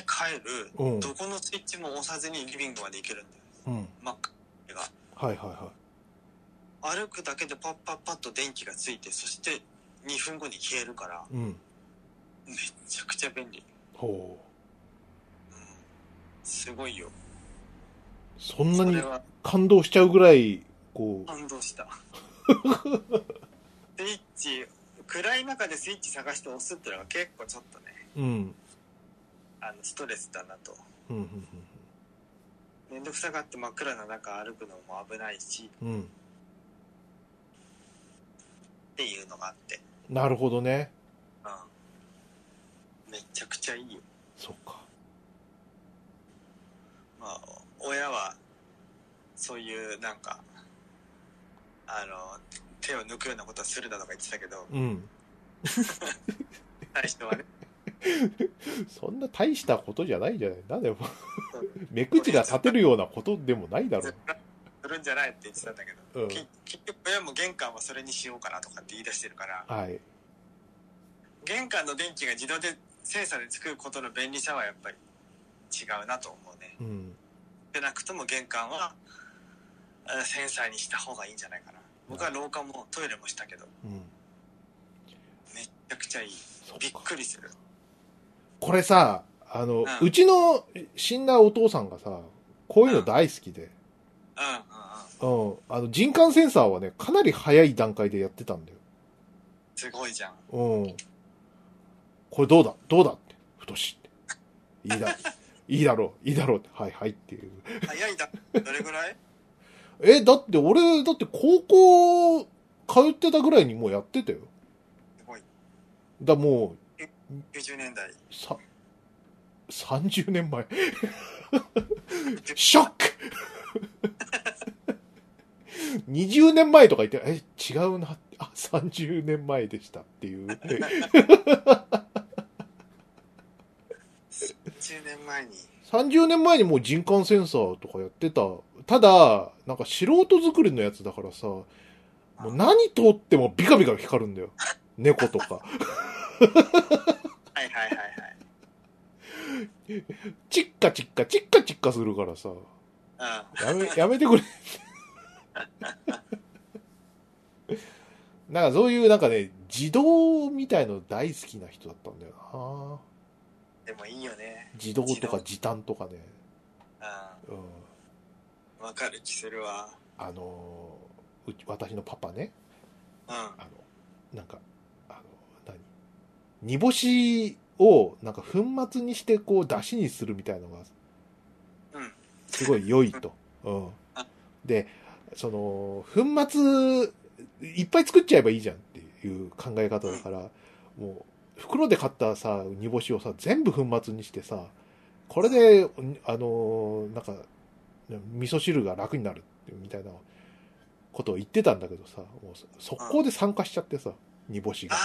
Speaker 1: る
Speaker 2: あ。うん。
Speaker 1: どこのスイッチも押さずにリビングまで行けるんだよ
Speaker 2: うん。
Speaker 1: 真っ暗が
Speaker 2: はいはいは
Speaker 1: 歩くだけでパッパッパッと電気がついてそして2分後に消えるから
Speaker 2: い。うん。
Speaker 1: めちゃくちゃ便利
Speaker 2: ほ
Speaker 1: うんすごいよ。
Speaker 2: う。そん
Speaker 1: こ
Speaker 2: なに
Speaker 1: れは
Speaker 2: 感動しちゃうぐらい、こう、
Speaker 1: 感動した。 スイッチ、暗い中でスイッチ探して押すってのが結構ちょっとね、
Speaker 2: うん。
Speaker 1: あの、ストレスだなと。
Speaker 2: うん。うん。
Speaker 1: めんどくさがって真っ暗な中歩くのも危ないし、
Speaker 2: うんうん。
Speaker 1: っていうのがあって。
Speaker 2: なるほどね。
Speaker 1: うん。めちゃくちゃいいよ。
Speaker 2: そっか。
Speaker 1: まあ、親は、そういうなんか、あの、手を抜くようなことはするなとか言ってたけど、
Speaker 2: うん。
Speaker 1: 大人はね、
Speaker 2: そんな大したことじゃないじゃない。なんだよ。
Speaker 1: そう
Speaker 2: 目くじら立てるようなことでもないだろう。
Speaker 1: するんじゃないって言ってたんだけど、
Speaker 2: うん
Speaker 1: き結局親も玄関はそれにしようかなとかって言い出してるから
Speaker 2: はい。
Speaker 1: 玄関の電気が自動でセンサーでつくことの便利さはやっぱり違うなと思うね
Speaker 2: うん。
Speaker 1: でなくとも玄関はあセンサーにした方がいいんじゃないかな僕は廊下もトイレもしたけど
Speaker 2: うん。
Speaker 1: めちゃくちゃいい
Speaker 2: そ
Speaker 1: びっ
Speaker 2: っか。
Speaker 1: くりする
Speaker 2: これさ、あ
Speaker 1: う
Speaker 2: の、
Speaker 1: ん
Speaker 2: うちの死んだお父さんがさ、こういうの大好きで、
Speaker 1: うんうんうん。
Speaker 2: うん、あの、人感センサーはね、かなり早い段階でやってたんだよ。
Speaker 1: すごい じゃん。
Speaker 2: うん。これどうだどうだって。ふとしって。いいだ、 いいだろう。いいだろうって。はいはいっていう。
Speaker 1: 早いだ。どれぐらい
Speaker 2: え、だって俺、だって高校通ってたぐらいにもうやってたよ。
Speaker 1: すごい。
Speaker 2: だ、も
Speaker 1: 90年代。
Speaker 2: う、さ、30年前。ショック20年前とか言って、え、違うな。あ、30年前でしたっていう。
Speaker 1: 10年前に。
Speaker 2: 30年前にもう人感センサーとかやってた。ただ、なんか素人作りのやつだからさ、もう何通ってもビカビカ光るんだよ。猫とか。
Speaker 1: はいはいはいはい。
Speaker 2: チッカチッカ、チッカチッカするからさ。
Speaker 1: うん。
Speaker 2: やめ、 やめてくれ。なんかそういうなんかね、自動みたいの大好きな人だったんだよな。
Speaker 1: でもいいよね。
Speaker 2: 自動とか時短とかね。
Speaker 1: う
Speaker 2: うん、
Speaker 1: ん。わかる気するわ。
Speaker 2: あのーうち、私のパパね。
Speaker 1: うん。うん。
Speaker 2: あの、なんか、あの、何煮干しを、なんか粉末にして、こう、出汁にするみたいのが、
Speaker 1: うん
Speaker 2: すごい良いと。うん。で、その、粉末、いっぱい作っちゃえばいいじゃんっていう考え方だから、もう、袋で買ったさ、煮干しをさ、全部粉末にしてさ、これで、んあのーなんか、味噌汁が楽になるってみたいなことを言ってたんだけどさ、もうそ速攻で参加しちゃってさ、煮干しが。
Speaker 1: あ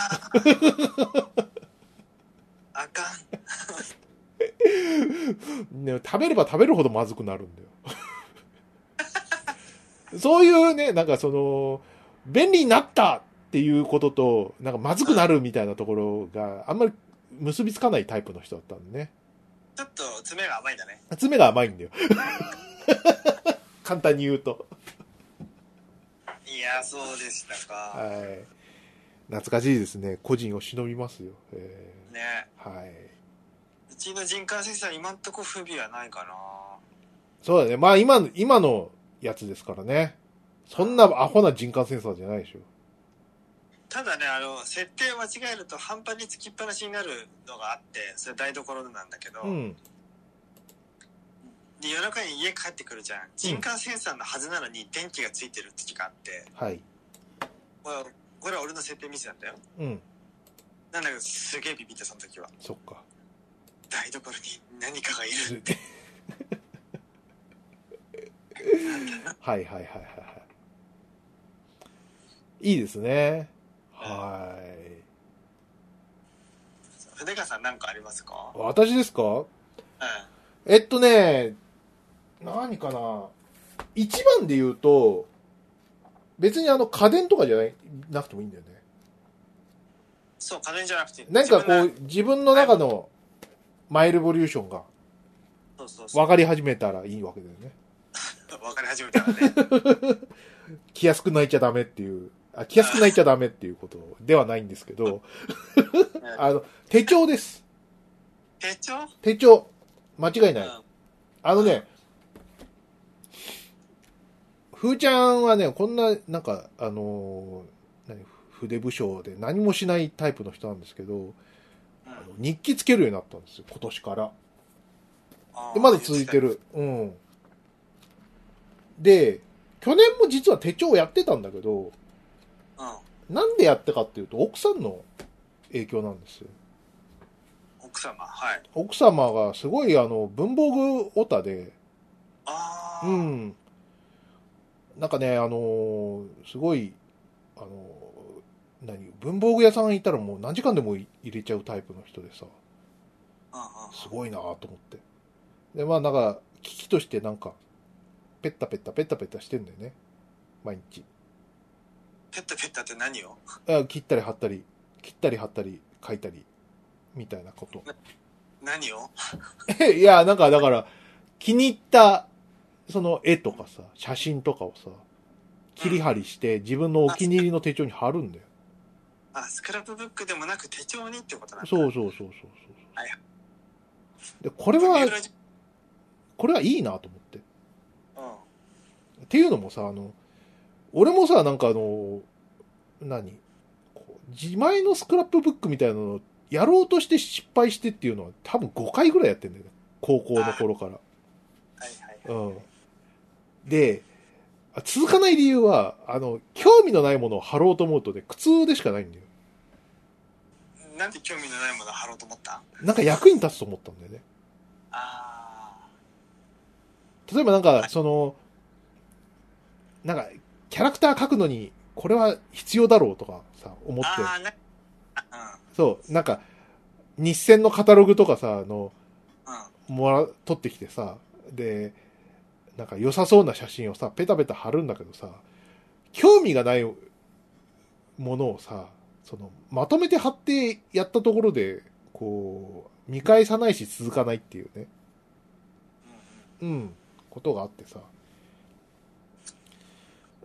Speaker 1: あ。あかん。
Speaker 2: ね、食べれば食べるほどまずくなるんだよ。 そういうね、なんかその、便利になったっていうことと、なんかまずくなるみたいなところがあんまり結びつかないタイプの人だったんでね。
Speaker 1: ちょっと爪が甘いんだ ね。
Speaker 2: 爪が甘いんだよ。簡単に言うと。
Speaker 1: いや、そうでしたか。
Speaker 2: はい。懐かしいですね。個人を忍びますよ。え
Speaker 1: ね。
Speaker 2: ーはい。
Speaker 1: うちの人感センサー今んとこ不備はないかな。
Speaker 2: そうだね。まあ今の、今のやつですからね。そんなアホな人感センサーじゃないでしょ。
Speaker 1: ただね、あの、設定間違えると半端につきっぱなしになるのがあって、それ台所なんだけど、
Speaker 2: うん。
Speaker 1: で夜中に家帰ってくるじゃん。人感センサーのはずなのに電気がついてる時があって、
Speaker 2: はい。
Speaker 1: これはこれは俺の設定ミスなんだよ。
Speaker 2: うん。
Speaker 1: なんだけど、すげえビビった、その時は。
Speaker 2: そっか。
Speaker 1: 台所に何かがい るって。
Speaker 2: はいはいはいはいはい。いいですね。はい。
Speaker 1: 筆川さんなんかありますかうん。
Speaker 2: 私ですかえっとね、何かな。一番で言うと、別にあの家電とかじゃないなくてもいいんだよね。
Speaker 1: そう、家電じゃなくて。
Speaker 2: 何かこ
Speaker 1: 自
Speaker 2: う、自分の中のマイレボリューション
Speaker 1: 分
Speaker 2: が
Speaker 1: の、そうそうそう。
Speaker 2: 分かり始めたらいいわけだよね。
Speaker 1: わかり始めたらね。
Speaker 2: 気安く泣いちゃダメっていう、あ、気安く泣いちゃダメっていうことではないんですけど、 あの、手帳です。
Speaker 1: 手帳うん。
Speaker 2: 手帳。間違いない。あのね、ふーちゃんはね、こんな、なんか、あのー何筆不詳で何もしないタイプの人なんですけど、
Speaker 1: う
Speaker 2: あの
Speaker 1: ん
Speaker 2: 日記つけるようになったんですよ、今年から。
Speaker 1: あー
Speaker 2: で、まだ続いて。る。うん。で、去年も実は手帳をやってたんだけど、
Speaker 1: うん。
Speaker 2: なんでやったかっていうと、奥さんの影響なんですよ。
Speaker 1: 奥様、はい。
Speaker 2: 奥様がすごい、あの、文房具オタで、
Speaker 1: ああ。
Speaker 2: う。ん。なんかね、あのーすごい、あのー何、文房具屋さん行ったらもう何時間でもい入れちゃうタイプの人でさ、
Speaker 1: うんうん
Speaker 2: すごいなぁと思って。で、まあなんか、機器としてなんか、ペッタペッタペッタペッタしてんだよね。毎日。
Speaker 1: ペッタペッタって何を
Speaker 2: あ切ったり貼ったり、切ったり貼ったり、書いたり、みたいなこと。
Speaker 1: 何を
Speaker 2: いや、なんかだから、気に入った、その絵とかさ、写真とかをさ、切り貼りして自分のお気に入りの手帳に貼るんだよ。
Speaker 1: あ、スクラップブックでもなく手帳にってことなんだ。
Speaker 2: そうそうそうそうそう。
Speaker 1: はい
Speaker 2: で、これ
Speaker 1: 三
Speaker 2: は、
Speaker 1: 浦淳
Speaker 2: これはいいなと思って。
Speaker 1: うん。
Speaker 2: っていうのもさ、あの、俺もさ、なんかあの、何こう自前のスクラップブックみたいなのをやろうとして失敗してっていうのは多分5回ぐらいやってんだよね。高校の頃から。
Speaker 1: はいはいはい。
Speaker 2: うん。で、あ続かない理由は、あの、興味のないものを貼ろうと思うとね、苦痛でしかないんだよ。
Speaker 1: なんで興味のないものを貼ろうと思った
Speaker 2: なんか役に立つと思ったんだよね。
Speaker 1: あ
Speaker 2: 例えばなんか、その、なんか、キャラクター描くのに、これは必要だろうとかさ、思
Speaker 1: ー
Speaker 2: って。
Speaker 1: あーなあ
Speaker 2: そう、なんか、日戦のカタログとかさ、あの、
Speaker 1: うんうん
Speaker 2: もら、撮ってきてさ、で、なんか良さそうな写真をさ、ペタペタ貼るんだけどさ、興味がないものをさ、その、まとめて貼ってやったところで、こう、見返さないし続かないっていうね、
Speaker 1: う
Speaker 2: うん、ことがあってさ。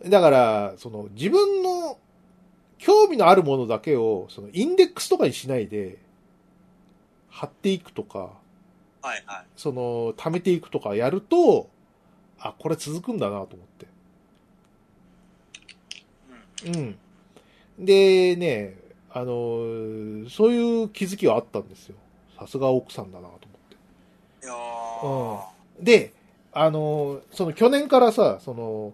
Speaker 2: だから、その、自分の興味のあるものだけを、その、インデックスとかにしないで、貼っていくとか、
Speaker 1: んはいはい
Speaker 2: その、貯めていくとかやると、あ、これ続くんだなと思っ
Speaker 1: うん
Speaker 2: て。うん。で、ね、あのー、そういう気づきはあったんですよ。さすが奥さんだなと思って。
Speaker 1: いやー
Speaker 2: で、あのー、その去年からさ、その、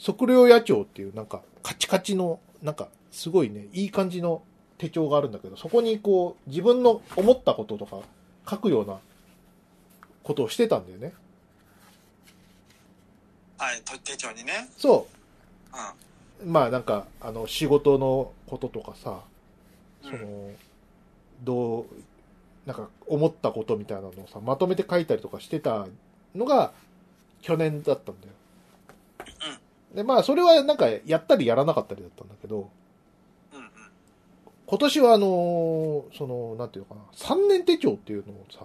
Speaker 2: 測量野鳥っていうなんか、カチカチの、なんか、すごいね、いい感じの手帳があるんだけど、そこにこう、自分の思ったこととか、書くようなことをしてたんだよね。
Speaker 1: はいと手帳にね
Speaker 2: そう。
Speaker 1: う
Speaker 2: まあなんか、あの、仕事のこととかさ、
Speaker 1: ん
Speaker 2: そ
Speaker 1: うん
Speaker 2: の、どう、なんか思ったことみたいなのをさ、まとめて書いたりとかしてたのが、去年だったんだよ。で、まあそれはなんか、やったりやらなかったりだったんだけど、
Speaker 1: うんうん
Speaker 2: 今年はあのーその、なんていうのかな、3年手帳っていうのをさ、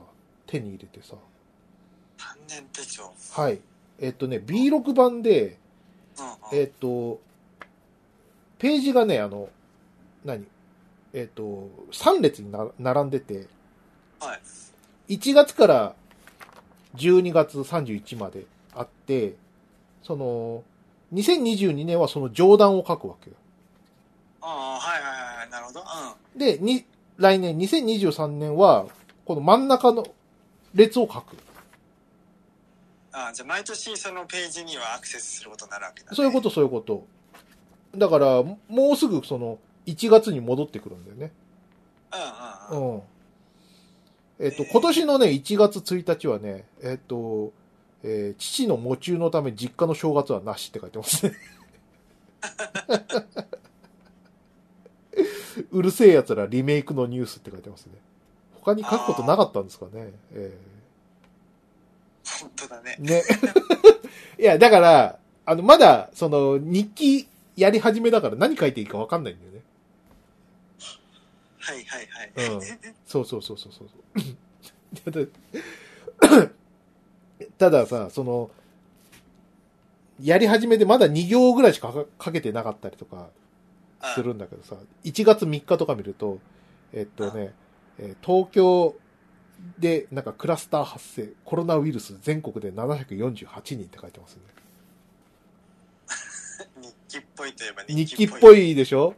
Speaker 2: 手に入れてさ、
Speaker 1: 三年手帳
Speaker 2: はい。えっとね、B6 版で、
Speaker 1: うんうん
Speaker 2: えっ、と、ページがね、あの、何えっ、と、3列にな並んでて、
Speaker 1: は
Speaker 2: 1月から12月31まであって、その、2022年はその上段を書くわけよ。
Speaker 1: ああはいはいはいはいなるほどう
Speaker 2: で、に、来年、2023年は、この真ん中の列を書く。
Speaker 1: んあーじゃあ毎年そのページにはアクセスすることになるわけだね
Speaker 2: そういうこと、そういうこと。だから、もうすぐその、1月に戻ってくるんだよね。
Speaker 1: うんうん
Speaker 2: う
Speaker 1: うん
Speaker 2: ん。えっと、
Speaker 1: えー
Speaker 2: 今年のね、1月1日はね、えっと、えー父の喪中のため実家の正月はなしって書いてますね。 うるせえ奴らリメイクのニュースって書いてますね。他に書くことなかったんですかね。え
Speaker 1: 本当だね
Speaker 2: ーね。 いや、だから、あの、まだ、その、日記やり始めだから何書いていいかわかんないんだよね。
Speaker 1: はいはいはい
Speaker 2: うん そうそうそうそうそう。ただ、 たださ、その、やり始めてまだ2行ぐらいしかかかけてなかったりとかするんだけどさ、1月3日とか見ると、えっとね、えー東京でなんかクラスター発生、コロナウイルス全国で748人って書いてますね。
Speaker 1: うん日記っぽいといえば
Speaker 2: 日
Speaker 1: 日
Speaker 2: 記
Speaker 1: 記
Speaker 2: っ
Speaker 1: っ
Speaker 2: ぽ
Speaker 1: ぽい
Speaker 2: いでしょ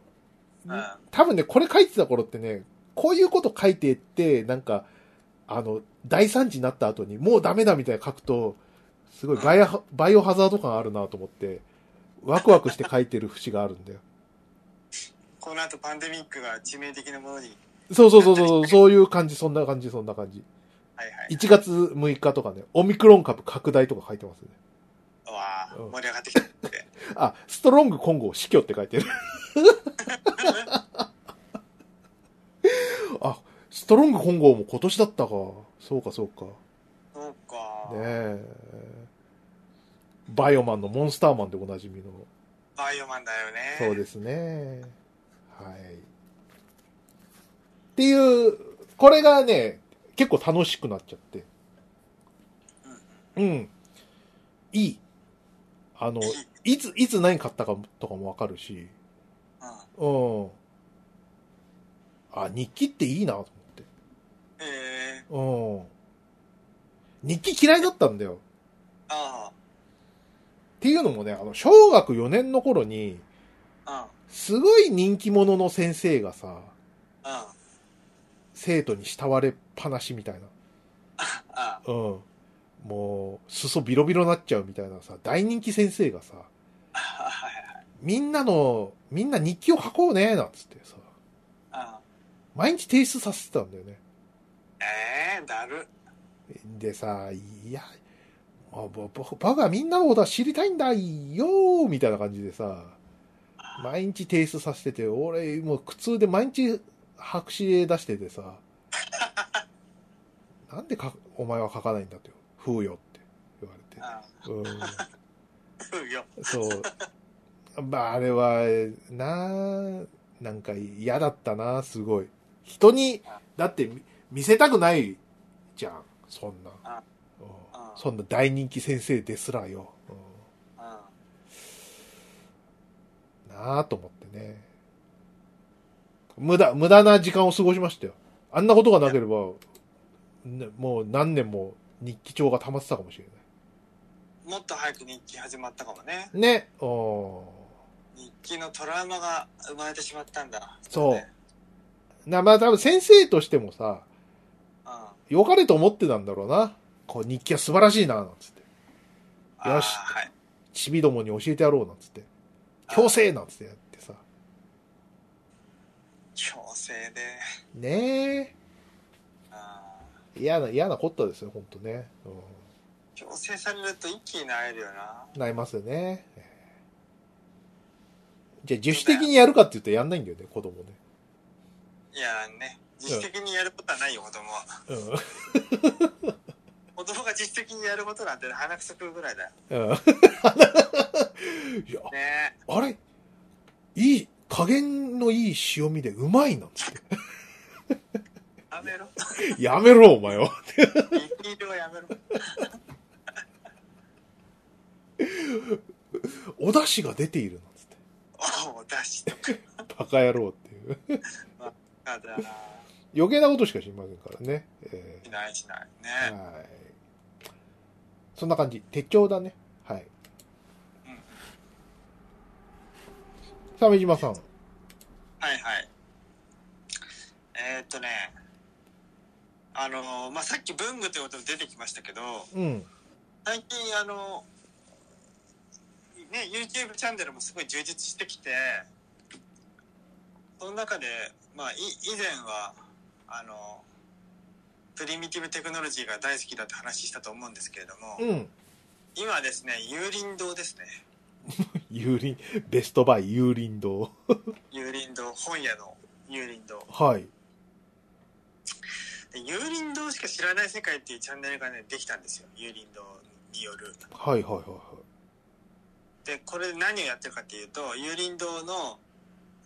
Speaker 1: うんうん
Speaker 2: 多分ね、これ書いてた頃ってね、こういうこと書いてって、なんか、あの、大惨事になった後に、もうダメだみたいな書くと、すごいバイオバイオハザード感あるなと思って、ワクワクして書いてる節があるんだよ。
Speaker 1: この後パンデミックが致命的なものに
Speaker 2: そうそうそうそう、そういう感じ、そんな感じ、そんな感じ。
Speaker 1: はいはい
Speaker 2: 1月6日とかね、オミクロン株拡大とか書いてますね。
Speaker 1: うわあ
Speaker 2: うん
Speaker 1: 盛り上がってき たって
Speaker 2: あ、ストロング今後死去って書いてる。あ、ストロング今後も今年だったか。そうか、そうか。
Speaker 1: そうか、
Speaker 2: ねえ。バイオマンのモンスターマンでおなじみの。
Speaker 1: バイオマンだよね
Speaker 2: そうですね。はい。っていう、これがね、結構楽しくなっちゃって。うん。いい。あの、いつ、いつ何買ったかとかもわかるし。
Speaker 1: うん
Speaker 2: うん。あ、日記っていいなと思って。
Speaker 1: え
Speaker 2: うん。日記嫌いだったんだよ。
Speaker 1: あ
Speaker 2: っていうのもね、あの、小学4年の頃に、
Speaker 1: あ、
Speaker 2: すごい人気者の先生がさ、
Speaker 1: うん、うん、あ
Speaker 2: 生徒に慕われっぱなしみたい
Speaker 1: あ、
Speaker 2: な。うん。もう、裾ビロビロなっちゃうみたいなさ、大人気先生がさ、
Speaker 1: はいはい、
Speaker 2: みんなの、みんな日記を書こうね、なんつってさ、
Speaker 1: うん。
Speaker 2: 毎日提出させてたんだよね。
Speaker 1: ええだる。
Speaker 2: でさ、いや、まあぼぼ僕はみんなのことは知りたいんだよーみたいな感じでさ、毎日提出させてて、俺もう苦痛で毎日白紙で出しててさ、なんでかお前は書かないんだってよ、風よって言われて。うん、
Speaker 1: うん、よ。
Speaker 2: そう。まああれは、なあなんか嫌だったな、すごい。人に、だって見見せたくないじゃん、そんな
Speaker 1: あ。
Speaker 2: うん
Speaker 1: あ
Speaker 2: そんな大人気先生ですらよ。
Speaker 1: う
Speaker 2: う
Speaker 1: ん、あ
Speaker 2: んなあと思ってね。無駄、無駄な時間を過ごしましたよ。あんなことがなければ、ねもう何年も日記帳が溜まってたかもしれ
Speaker 1: もっと早く日記始まったかもね。
Speaker 2: ない。ね。うん
Speaker 1: 日記のトラウマが生まれてしまったんだ。
Speaker 2: そう
Speaker 1: ね
Speaker 2: な、まあ多分先生としてもさ、
Speaker 1: うん。
Speaker 2: 良かれと思ってたんだろうな。こう、日記は素晴らしいな、なんつって。
Speaker 1: あー
Speaker 2: よし
Speaker 1: はい。
Speaker 2: ちびどもに教えてやろう、なんつって。強制なんつってやってさ。
Speaker 1: 強制で。
Speaker 2: ね
Speaker 1: あー
Speaker 2: え。嫌な、嫌なことですよ、ほんとね。う
Speaker 1: 強制されると一気になれるよな。
Speaker 2: ん。なりますよね。ええじゃあ、自主的にやるかって言ったらやんないんだよね、子供ね。
Speaker 1: いやーね、自主的にやることはないよ、子供は。
Speaker 2: う
Speaker 1: 子供が自主的にやることなんて鼻くそ食うぐらいだよ。
Speaker 2: ん。うん。 いや、
Speaker 1: ね
Speaker 2: あれいい、加減のいい塩味でうまいなんつって。
Speaker 1: え。やめ ろ。
Speaker 2: やめろ、お前は。
Speaker 1: リピールはやめろ。
Speaker 2: お出汁が出ているなんつって。
Speaker 1: おお、出しと
Speaker 2: バカ野郎っていう。
Speaker 1: かだな。
Speaker 2: 余計なことしか知りませんからね。え
Speaker 1: しないしない。ね
Speaker 2: ーはい。そんな感じ。手帳だね。は
Speaker 1: う
Speaker 2: い。
Speaker 1: ん
Speaker 2: さあ、目島さん。
Speaker 1: はいはい。えーっとね、あのーまあ、さっき文具ということで出てきましたけど、
Speaker 2: うん。
Speaker 1: 最近あのーね、YouTube チャンネルもすごい充実してきて、その中で、まあ、い以前は、あのプリミティブテクノロジーが大好きだって話したと思うんですけれども、
Speaker 2: うん。
Speaker 1: 今ですね、有林堂ですね。
Speaker 2: 有林、ベストバイ有林堂。
Speaker 1: 有林堂、本屋の有林堂。
Speaker 2: はい。
Speaker 1: で幽林堂しか知らない世界っていうチャンネルがねできたんですよ幽林堂による
Speaker 2: はいはいはいは
Speaker 1: でこれ何をやってるかっていうと幽林堂の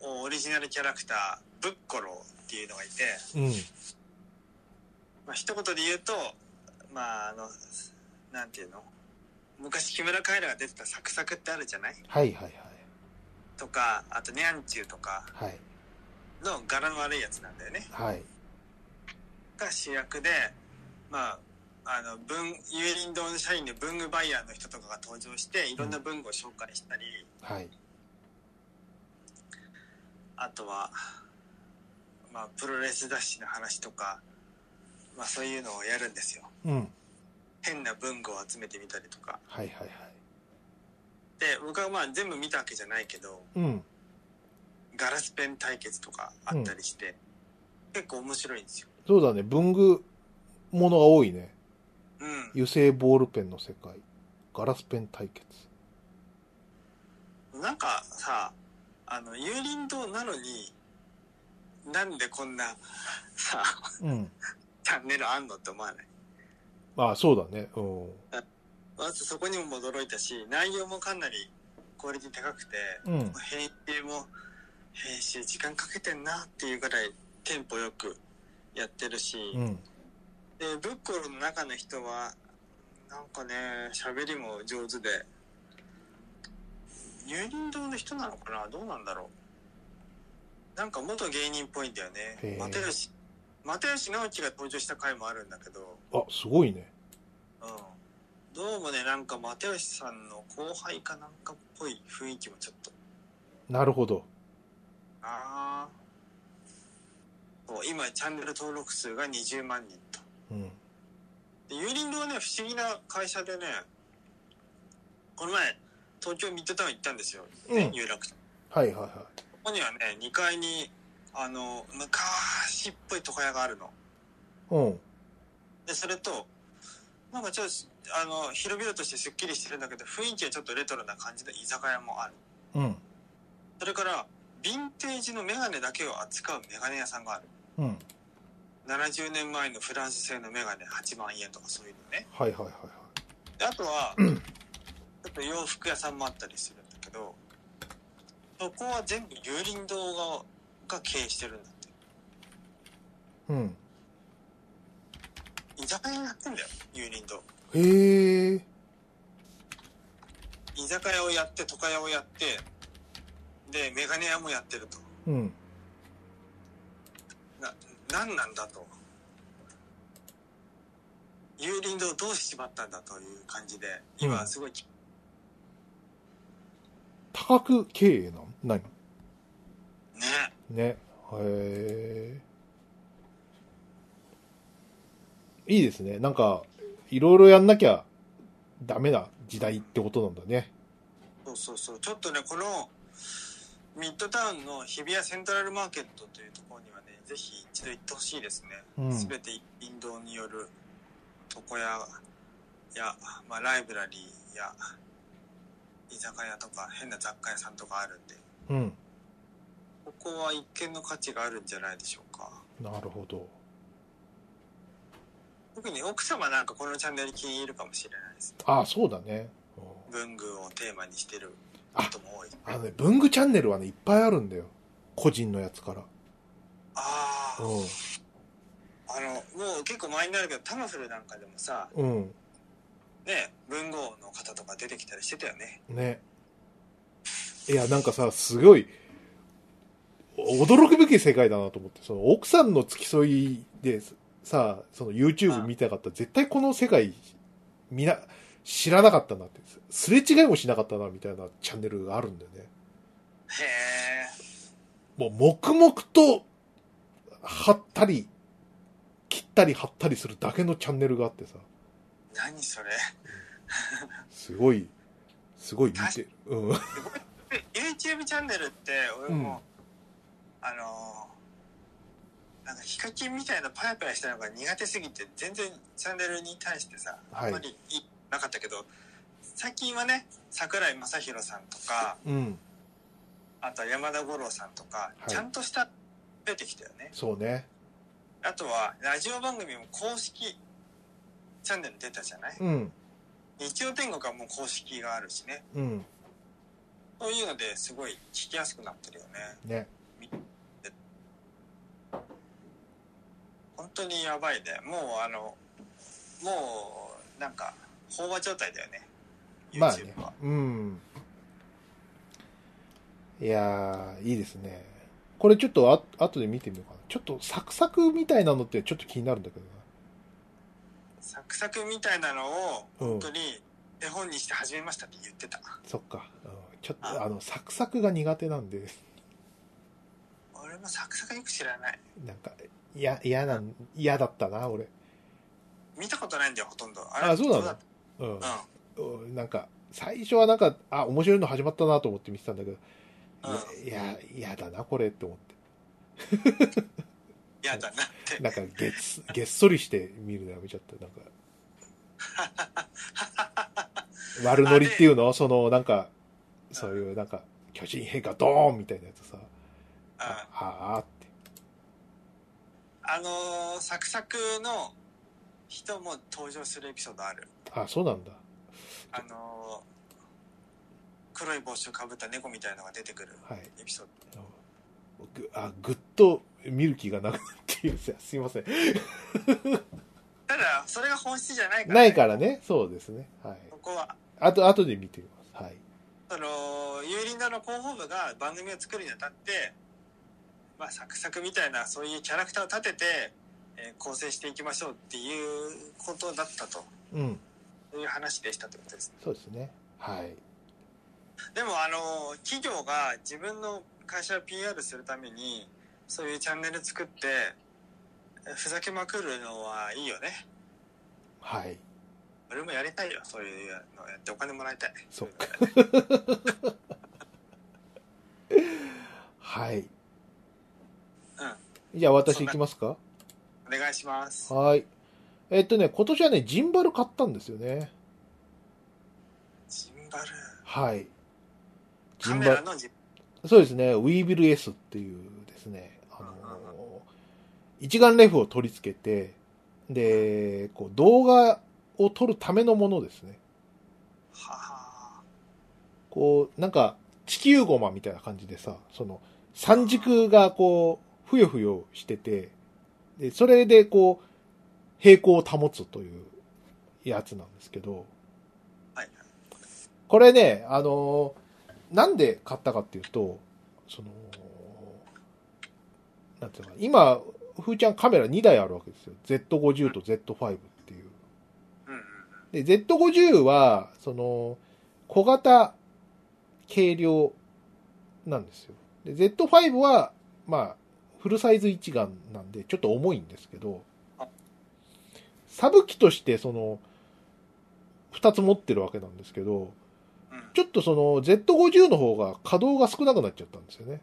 Speaker 1: おオリジナルキャラクターブッコローっていうのがいて、
Speaker 2: い。うん。
Speaker 1: まあ一言で言うとまああのなんていうの昔木村カエラが出てた「サクサク」ってあるじゃない
Speaker 2: はいはいはい。
Speaker 1: とかあと「ニャンチュー」とか
Speaker 2: はい。
Speaker 1: の柄の悪いやつなんだよね
Speaker 2: はい。
Speaker 1: が主役でまああの文有林堂の社員で文具バイヤーの人とかが登場していろんな文具を紹介したり、
Speaker 2: はい。
Speaker 1: あとは、まあ、プロレス雑誌の話とか、まあ、そういうのをやるんですよ
Speaker 2: うん。はい
Speaker 1: 変な文具を集めてみたりとか
Speaker 2: はいはい。
Speaker 1: で僕はまあ全部見たわけじゃないけど
Speaker 2: うん。
Speaker 1: ガラスペン対決とかあったりして、結構面白いんですよ
Speaker 2: そうだね。文具ものが多いね。
Speaker 1: うん
Speaker 2: 油性ボールペンの世界。ガラスペン対決。
Speaker 1: なんかさあの有林堂なのになんでこんなさ
Speaker 2: うん。
Speaker 1: チャンネルあんのって思わない
Speaker 2: ああ、そうだね。うん。
Speaker 1: まずそこにも驚いたし内容もかなりクオリティ高くて、
Speaker 2: うん。
Speaker 1: 編集も編集時間かけてんなっていうぐらいテンポよくやってるし、
Speaker 2: うん。
Speaker 1: でブッコロの中の人はなんかね喋りも上手で有林堂の人なのかなどうなんだろうなんか元芸人っぽいんだよ
Speaker 2: へ
Speaker 1: ね
Speaker 2: ー
Speaker 1: 又吉又吉直樹が登場した回もあるんだけど
Speaker 2: あ、すごいね。
Speaker 1: うん、どうもねなんか又吉さんの後輩かなんかっぽい雰囲気もちょっと
Speaker 2: なるほど。
Speaker 1: ああそう今チャンネル登録数が20万人と
Speaker 2: うん。
Speaker 1: で有林堂はね不思議な会社でねこの前東京ミッドタウン行ったんですよ、
Speaker 2: うん
Speaker 1: 有楽町
Speaker 2: はいはいは
Speaker 1: ここにはね2階にあの昔っぽい床屋があるの
Speaker 2: い。うん。
Speaker 1: でそれとなんかちょっとあの広々としてすっきりしてるんだけど雰囲気はちょっとレトロな感じの居酒屋もある
Speaker 2: うん。
Speaker 1: それからヴィンテージのメガネだけを扱うメガネ屋さんがある
Speaker 2: うん。
Speaker 1: 70年前のフランス製のメガネ8万円とかそういうのね
Speaker 2: はいはいはいはい。
Speaker 1: であとはちょっと洋服屋さんもあったりするんだけどそこは全部有林堂がが経営してるんだって
Speaker 2: うん。
Speaker 1: 居酒屋やってんだよ有林堂
Speaker 2: へえ。
Speaker 1: 居酒屋をやって床屋をやってでメガネ屋もやってると
Speaker 2: うん。
Speaker 1: な何なんだと有林堂どうしちまったんだという感じで今すごい、
Speaker 2: 多角経営なん何
Speaker 1: ね
Speaker 2: ね。へえ。いいですね。なんか、いろいろやんなきゃダメな時代ってことなんだね。
Speaker 1: そうそうそうちょっとねこのミッドタウンの日比谷セントラルマーケットというところにはねぜひ一度行ってほしいですね、
Speaker 2: うん
Speaker 1: 全て林道による床屋や、まあ、ライブラリーや居酒屋とか変な雑貨屋さんとかあるんで
Speaker 2: うん。
Speaker 1: ここは一見の価値があるんじゃないでしょうか
Speaker 2: なるほど。
Speaker 1: 特に奥様なんかこのチャンネル気に入るかもしれないですね
Speaker 2: ああ、そうだね。うん
Speaker 1: 文具をテーマにしてることも多い
Speaker 2: あのね、文具チャンネルはね、いっぱいあるんだよ。個人のやつから。
Speaker 1: ああ
Speaker 2: う
Speaker 1: あのもう結構前になるけどタマフルなんかでもさ
Speaker 2: ん。うん。
Speaker 1: ね文豪の方とか出てきたりしてたよね
Speaker 2: ね。いや、なんかさ、すごい、お驚くべき世界だなと思って、その奥さんの付き添いでさ、その YouTube 見たかったら、絶対この世界、みな、知らなかったなって、すれ違いもしなかったな、みたいなチャンネルがあるんだよね。
Speaker 1: へえ
Speaker 2: もう、黙々と、貼ったり、切ったり貼ったりするだけのチャンネルがあってさ、
Speaker 1: 何それ
Speaker 2: すごい、すごい見てる。うん。
Speaker 1: で YouTube チャンネルって俺も、あのーなんかヒカキンみたいなパラパラしたのが苦手すぎて全然チャンネルに対してさ
Speaker 2: はい
Speaker 1: あんまりいいなかったけど、最近はね桜井正宏さんとか
Speaker 2: うん。
Speaker 1: あとは山田五郎さんとか、
Speaker 2: はい
Speaker 1: ちゃんとした出てきたよね
Speaker 2: そうね。
Speaker 1: あとはラジオ番組も公式チャンネル出たじゃない
Speaker 2: うん。
Speaker 1: 日曜天国はもう公式があるしね
Speaker 2: うん。
Speaker 1: そういうのですごい聞きやすくなってるよね
Speaker 2: ね。
Speaker 1: 本当にやばいねもうあのもうなんか飽和状態だよね
Speaker 2: まあね
Speaker 1: YouTube は、。
Speaker 2: うん。いやー、いいですね。これちょっとあ後で見てみようかな。ちょっとサクサクみたいなのってちょっと気になるんだけどな。
Speaker 1: サクサクみたいなのを
Speaker 2: うん
Speaker 1: 本当に絵本にして始めましたって言ってた、
Speaker 2: そっか。うんちょっと、あの、サクサクが苦手なんで、
Speaker 1: 俺もサクサクよく知らない
Speaker 2: なんか、いや、嫌なん、嫌だったな、俺。
Speaker 1: 見たことないんだよほとんどあ
Speaker 2: あ、そうな
Speaker 1: どだっ
Speaker 2: のうん
Speaker 1: たうん
Speaker 2: うん。なんか、最初はなんか、あ、面白いの始まったなと思って見てたんだけど、いや、いや嫌だな、これって思って。
Speaker 1: 嫌だなって
Speaker 2: なんか、げっす、げっそりして見るのやめちゃった。なんか。 悪ノリっていうのその、なんか、そういう、なんか、巨人兵がドーンみたいなやつ
Speaker 1: う
Speaker 2: さ。
Speaker 1: ん
Speaker 2: ああーって。
Speaker 1: あのーサクサクの人も登場するエピソードある。
Speaker 2: あ、そうなんだ。
Speaker 1: あのー黒い帽子をかぶった猫みたいのが出てくる
Speaker 2: はい。
Speaker 1: エピソー
Speaker 2: ぐあ、ぐっと見る気がなくなっていうやつ すいません。
Speaker 1: ド。ただ、それが本質じゃないから、
Speaker 2: ないからね。そうですね。はい。
Speaker 1: ここは、
Speaker 2: あと、あとで見てみます。はい。
Speaker 1: その、有林堂の広報部が番組を作るにあたって、まあ、サクサクみたいな、そういうキャラクターを立てて、えー構成していきましょうっていうことだったと。
Speaker 2: うん。
Speaker 1: そういう話でしたってことですね。
Speaker 2: そうですね。はい。
Speaker 1: でも、あの、企業が自分の会社を PR するために、そういうチャンネル作って、えふざけまくるのはいいよね。
Speaker 2: はい。
Speaker 1: 俺もやりたいよ、そういうのやってお金もらいたい。
Speaker 2: そっか。はい。じゃあ私行きますか
Speaker 1: お願いします。
Speaker 2: はい。えっとね、今年はね、ジンバル買ったんですよね。
Speaker 1: ジンバル。
Speaker 2: はい。ジ
Speaker 1: カ
Speaker 2: ン
Speaker 1: メ
Speaker 2: バ
Speaker 1: ラ
Speaker 2: ル。
Speaker 1: のジン
Speaker 2: そうですね、ウィービル S っていうですね、あのー一眼レフを取り付けて、で、こう動画を撮るためのものですね。
Speaker 1: はは
Speaker 2: こう、なんか、地球ゴマみたいな感じでさ、その、三軸がこう、ふよふよしてて、で、それでこう、平行を保つというやつなんですけど、
Speaker 1: はい。
Speaker 2: これね、あのーなんで買ったかっていうと、その、なんていうのかな、今、ふーちゃんカメラ2台あるわけですよ。Z50 と Z5 っていう。
Speaker 1: うんうん。
Speaker 2: で、Z50 は、その、小型、軽量なんですよ。で、Z5 は、まあ、フルサイズ一眼なんで、ちょっと重いんですけど
Speaker 1: あ、
Speaker 2: サブ機として、その、二つ持ってるわけなんですけど、
Speaker 1: うん
Speaker 2: ちょっとその Z50 の方が稼働が少なくなっちゃったんですよね。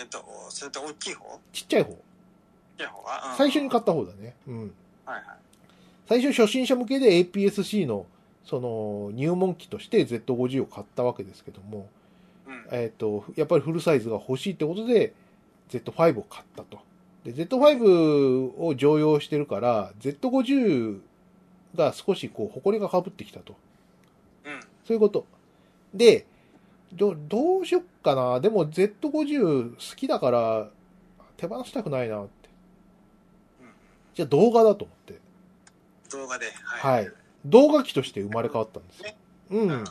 Speaker 1: えっ、と、それと大きい方
Speaker 2: ちっちゃい方。
Speaker 1: 大きい方が、うん
Speaker 2: 最初に買った方だね。うん。
Speaker 1: はいはい。
Speaker 2: 最初初心者向けで APS-C の、その、入門機として Z50 を買ったわけですけども、
Speaker 1: うん。
Speaker 2: えっ、と、やっぱりフルサイズが欲しいってことで、Z5 を買ったと。で、Z5 を常用してるから、Z50 が少しこう、埃が被ってきたと。
Speaker 1: うん。
Speaker 2: そういうこと。で、ど、どうしよっかな。でも Z50 好きだから、手放したくないなって
Speaker 1: うん。
Speaker 2: じゃあ動画だと思って。
Speaker 1: 動画で。は
Speaker 2: はい。動画機として生まれ変わったんですよ。う
Speaker 1: うんん。。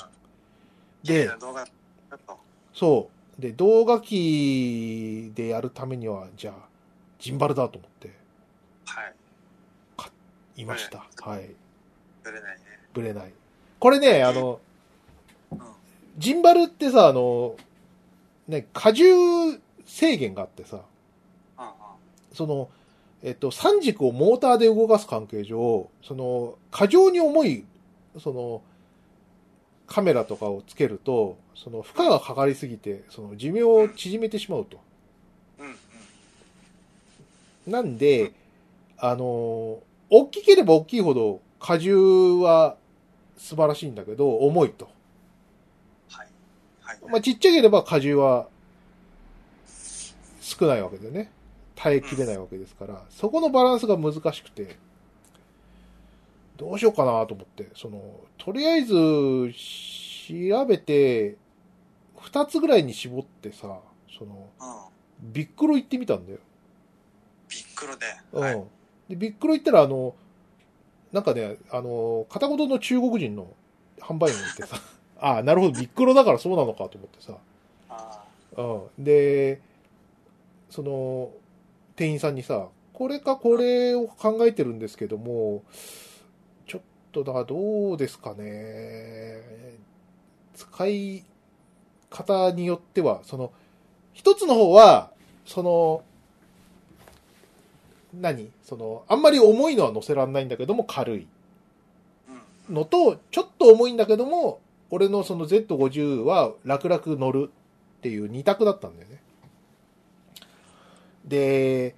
Speaker 1: 綺麗
Speaker 2: で
Speaker 1: な、動画だと。
Speaker 2: そう。で、動画機でやるためには、じゃあ、ジンバルだと思って、
Speaker 1: はい。
Speaker 2: いました。はい。
Speaker 1: ぶれないね。
Speaker 2: ぶれない。これね、あ
Speaker 1: う
Speaker 2: の、
Speaker 1: ん。
Speaker 2: ジンバルってさ、あの、ね、荷重制限があってさ、
Speaker 1: うんうん。
Speaker 2: その、えっと、三軸をモーターで動かす関係上、その、過剰に重い、その、カメラとかをつけると、その、負荷がかかりすぎて、その、寿命を縮めてしまうと。
Speaker 1: うんうん。
Speaker 2: なんで、あの、大きければ大きいほど、荷重は素晴らしいんだけど、重いと。
Speaker 1: はい。はい。
Speaker 2: まあ、ちっちゃければ荷重は少ないわけでね。耐えきれないわけですから、そこのバランスが難しくて、どうしようかなと思って、その、とりあえず調べて、二つぐらいに絞ってさ、その、
Speaker 1: うん。
Speaker 2: ビックロ行ってみたんだよ。
Speaker 1: ビックロで。
Speaker 2: うん。
Speaker 1: はい。
Speaker 2: で、ビックロ行ったら、あの、なんかね、あの、片言の中国人の販売員がいて さ、ああ、なるほど、ビックロだからそうなのかと思ってさ、
Speaker 1: あ
Speaker 2: うん、で、その、店員さんにさ、これかこれを考えてるんですけども、ちょっとだ、どうですかね。使い方によっては、その、一つの方は、その、何その、あんまり重いのは乗せらんないんだけども軽い。
Speaker 1: ーうん。
Speaker 2: のと、ちょっと重いんだけども、俺のその Z50 は楽々乗るっていう二択だったんだよね。で、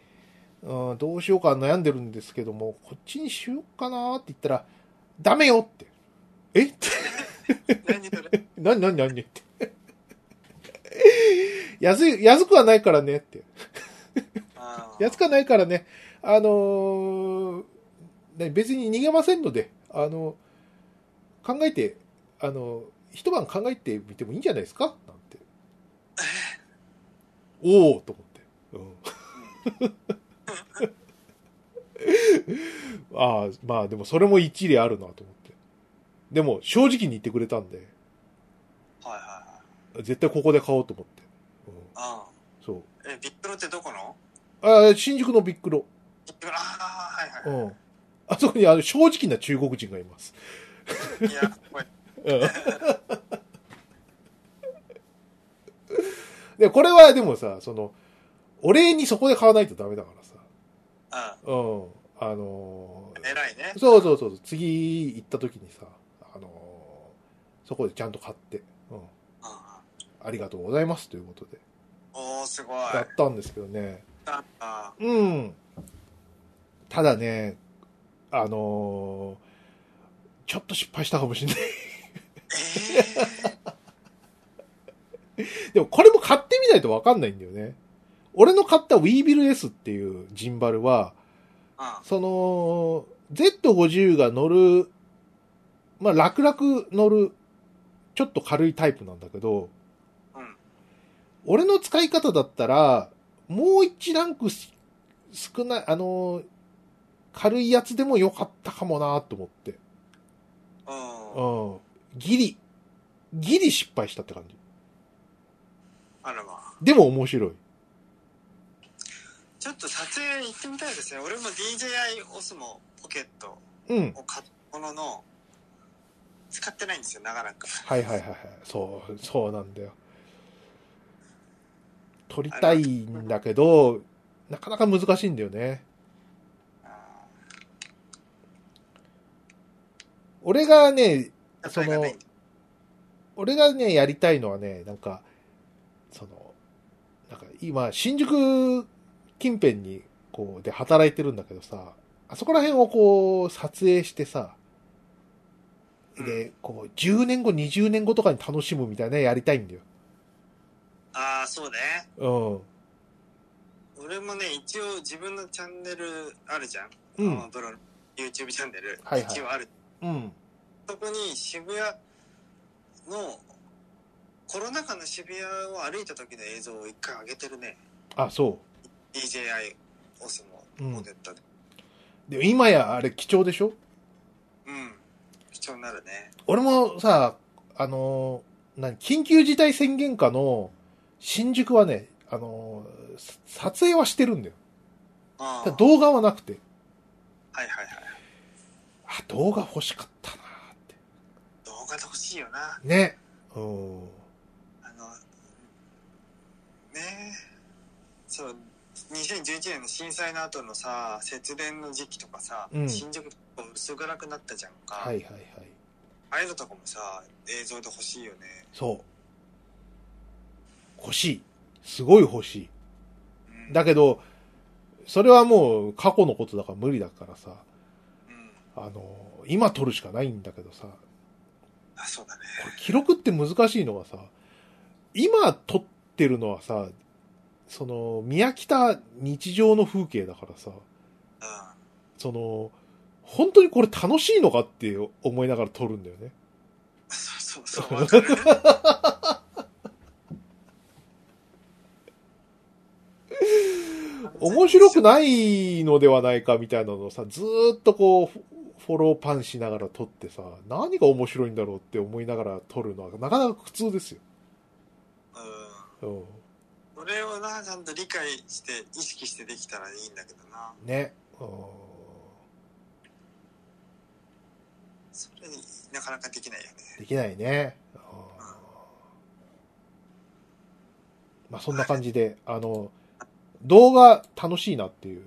Speaker 2: うん、どうしようか悩んでるんですけども、こっちにしようかなって言ったら、ダメよって。えって
Speaker 1: 何それ
Speaker 2: 何何何って。 安い、安くはないからねって。
Speaker 1: あー
Speaker 2: 安くはないからね、あのーね別に逃げませんので、あの考えて、あの一晩考えてみてもいいんじゃないですかなんて。おおと思って。うん、 ああ、まあでもそれも一理あるなと思って。でも正直に言ってくれたんで、
Speaker 1: はいは
Speaker 2: 絶対ここで買おうと思って。う
Speaker 1: いは
Speaker 2: ん、そう。
Speaker 1: い。うん。え、ビックロってどこの
Speaker 2: ああ、新宿のビックロ。
Speaker 1: ビックロ、ああ、はいはい。
Speaker 2: うん。あそこにあの正直な中国人がいます。
Speaker 1: いや、これ、
Speaker 2: で、これはでもさ、その、お礼にそこで買わないとダメだからさ。
Speaker 1: う
Speaker 2: うん。あの
Speaker 1: ん、偉いね
Speaker 2: ー。そうそうそうそう、次行った時にさ、あのーそこでちゃんと買って、うん。
Speaker 1: うん
Speaker 2: ありがとうございますということで、
Speaker 1: おー、すごい。
Speaker 2: やったんですけどね。
Speaker 1: なんか、
Speaker 2: うん。ただね、あのーちょっと失敗したかもしれない。
Speaker 1: え ー、
Speaker 2: でもこれも買ってみないとわかんないんだよね。俺の買った Weevil S っていうジンバルは、
Speaker 1: う
Speaker 2: その、Z50 が乗る、まあ、楽々乗る、ちょっと軽いタイプなんだけど、
Speaker 1: うん
Speaker 2: 俺の使い方だったら、もう一ランクす少ない、あのー軽いやつでも良かったかもなと思って。
Speaker 1: ん、うん。
Speaker 2: うん。ギリ、ギリ失敗したって感じ。
Speaker 1: あらま。
Speaker 2: でも面白い。
Speaker 1: ちょっと撮影行ってみたいですね。俺も DJI オスモポケット
Speaker 2: うん。
Speaker 1: を買ったものの、使ってないんですよ、なかなか。
Speaker 2: はいはいはいはい。そう、そうなんだよ。撮りたいんだけど、なかなか難しいんだよね。
Speaker 1: あ
Speaker 2: 俺がね、
Speaker 1: ー
Speaker 2: その
Speaker 1: 例えがないんだ
Speaker 2: 俺がね、やりたいのはね、なんか、その、なんか今、新宿近辺に、こう、で働いてるんだけどさ、あそこら辺をこう、撮影してさ、で、こう、10年後、20年後とかに楽しむみたいなねやりたいんだよ。
Speaker 1: ああ、そうね。
Speaker 2: うん。
Speaker 1: 俺もね、一応自分のチャンネルあるじゃん。
Speaker 2: うん
Speaker 1: あのドローン YouTube チャンネル。
Speaker 2: はいはい
Speaker 1: 一応ある。
Speaker 2: うん。
Speaker 1: そこに渋谷の、コロナ禍の渋谷を歩いた時の映像を一回上げてるね。
Speaker 2: あ、そう。
Speaker 1: DJI オスモポケットで。
Speaker 2: で今やあれ貴重でしょ
Speaker 1: うん。貴重になるね。
Speaker 2: 俺もさ、あのー、何、緊急事態宣言下の新宿はね、あのー、さ撮影はしてるんだよ。
Speaker 1: あ
Speaker 2: た
Speaker 1: あ
Speaker 2: だ動画はなくて。
Speaker 1: はいはいはい。
Speaker 2: あ、動画欲しかったなーって。
Speaker 1: 動画で欲しいよな。
Speaker 2: ね。うん。
Speaker 1: あの、ねえ。そう、2011年の震災の後のさ、節電の時期とかさ、
Speaker 2: うん
Speaker 1: 新宿薄暗くなったじゃんか。
Speaker 2: はいはいはい。
Speaker 1: ああいうのとかもさ、映像で欲しいよね。
Speaker 2: そう。欲しい。すごい欲しい。
Speaker 1: うん。
Speaker 2: だけど、それはもう過去のことだから無理だからさ、
Speaker 1: うん。
Speaker 2: あのー、今撮るしかないんだけどさ、
Speaker 1: あ、そうだね。
Speaker 2: 記録って難しいのがさ、今撮ってるのはさ、その、宮北日常の風景だからさ、
Speaker 1: う
Speaker 2: その、本当にこれ楽しいのかって思いながら撮るんだよね。
Speaker 1: ん。そうそう そう、わかる。
Speaker 2: 面白くないのではないかみたいなのをさ、ずーっとこう、フォフォローパンしながら撮ってさ、何が面白いんだろうって思いながら撮るのは、なかなか苦痛ですよ。
Speaker 1: うん。
Speaker 2: うん
Speaker 1: それをな、ちゃんと理解して、意識してできたらいいんだけどな。
Speaker 2: ね。うん
Speaker 1: それになかなかできないよね。
Speaker 2: できないね。うんまあそんな感 じで、あの、動画楽しいなっていう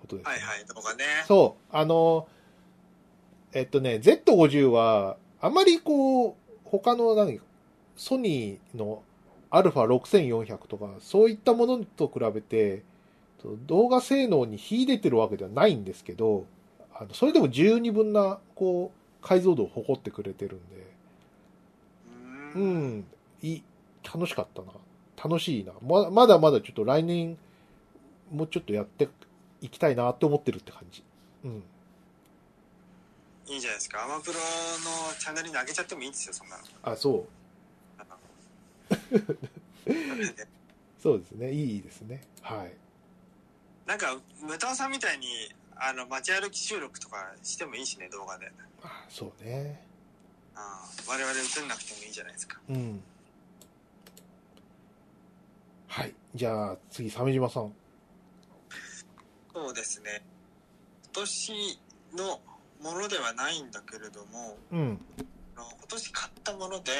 Speaker 2: ことです、
Speaker 1: はいはい、動画ね。
Speaker 2: そう、あの、えっとね、Z50 は、あまりこう、他の何、ソニーの α6400 とか、そういったものと比べて、と動画性能に秀でてるわけではないんですけど、あのそれでも十二分な、こう、解像度を誇ってくれてるんで、
Speaker 1: うー
Speaker 2: う
Speaker 1: ん。
Speaker 2: ん、いい楽しかったな。楽しいな。ままだまだちょっと来年、もうちょっとやっていきたいなって思ってるって感じ。うん。
Speaker 1: いいじゃないですか。アマプロのチャンネルに上げちゃってもいいですよ、そんなの。
Speaker 2: あ、そう。そうですね。いいですね。はい。
Speaker 1: なんか、武藤さんみたいに、あの、街歩き収録とかしてもいいしね、動画で。
Speaker 2: あそうね。
Speaker 1: あー我々映んなくてもいいじゃないですか。
Speaker 2: うん。はい。じゃあ、次、鮫島さん。
Speaker 1: そうですね。今年のものではないんだけれども、
Speaker 2: うん。
Speaker 1: あの今年買ったもので、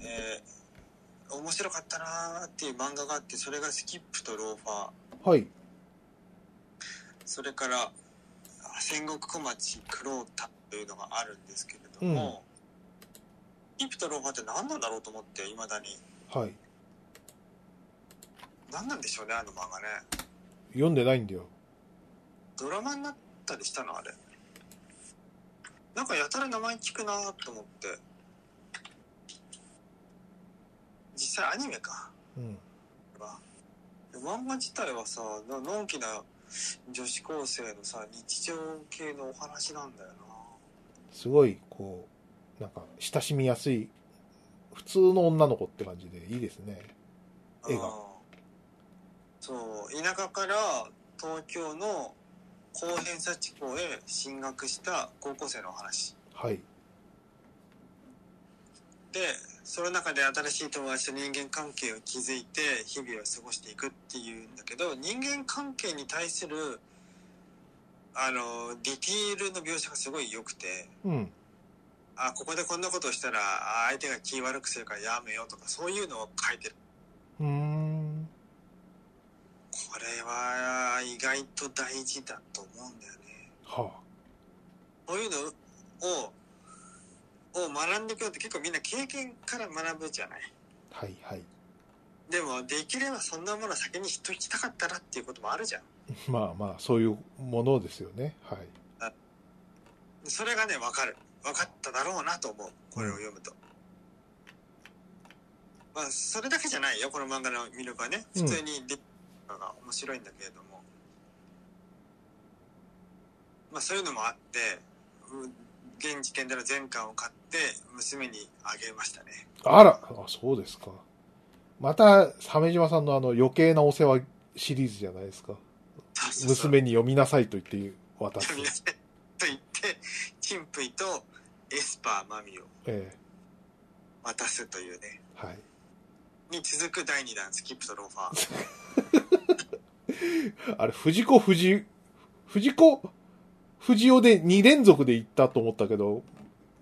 Speaker 1: えー面白かったなーっていう漫画があって、それがスキップとローファー、
Speaker 2: はい。
Speaker 1: それから戦国小町クロータというのがあるんですけれども、スキップとローファーって何なんだろうと思って、いまだに。
Speaker 2: はい。
Speaker 1: 何なんでしょうね、あの漫画ね。
Speaker 2: 読んでないんだよ。
Speaker 1: ドラマになったりしたのあれ。なんかやたら名前聞くなーと思って。実際アニメか。
Speaker 2: うん。
Speaker 1: 漫画自体はさ、なのんきな女子高生のさ、日常系のお話なんだよな。
Speaker 2: すごい、こう、なんか、親しみやすい、普通の女の子って感じでいいですね。絵が
Speaker 1: うんそう、田舎から東京の高偏差地校へ進学した高校生のお話。
Speaker 2: はい。
Speaker 1: でその中で新しい友達と人間関係を築いて日々を過ごしていくっていうんだけど人間関係に対するあのディティールの描写がすごい良くて
Speaker 2: うん。
Speaker 1: あここでこんなことをしたらあ相手が気悪くするからやめようとかそういうのを書いてる
Speaker 2: うーん。
Speaker 1: これは意外と大事だと思うんだよね
Speaker 2: は
Speaker 1: こういうのをを学んでいくのって結構みんな経験から学ぶじゃない
Speaker 2: あ。はいはい。
Speaker 1: でもできればそんなものは先に知っときたかったなっていうこともあるじゃん
Speaker 2: まあまあ、そういうものですよね。はい。
Speaker 1: それがね分かる分かっただろうなと思うこれを読むと、まあそれだけじゃないよこの漫画の魅力はね
Speaker 2: うん
Speaker 1: 普通にできたのが面白いんだけれども、まあそういうのもあってうん現時点での全巻を買って娘にあげましたね
Speaker 2: あらあ、そうですか。また、鮫島さんのあの、余計なお世話シリーズじゃないですか。
Speaker 1: そうそうそう
Speaker 2: 娘に読みなさいと言って渡す
Speaker 1: 読。みなさいと言ってチンプイとエスパーマミを
Speaker 2: え
Speaker 1: 渡すというね
Speaker 2: えはい。
Speaker 1: に続く第2弾スキップとローファー
Speaker 2: あれ、藤子藤、藤子、藤尾で2連続で行ったと思ったけど、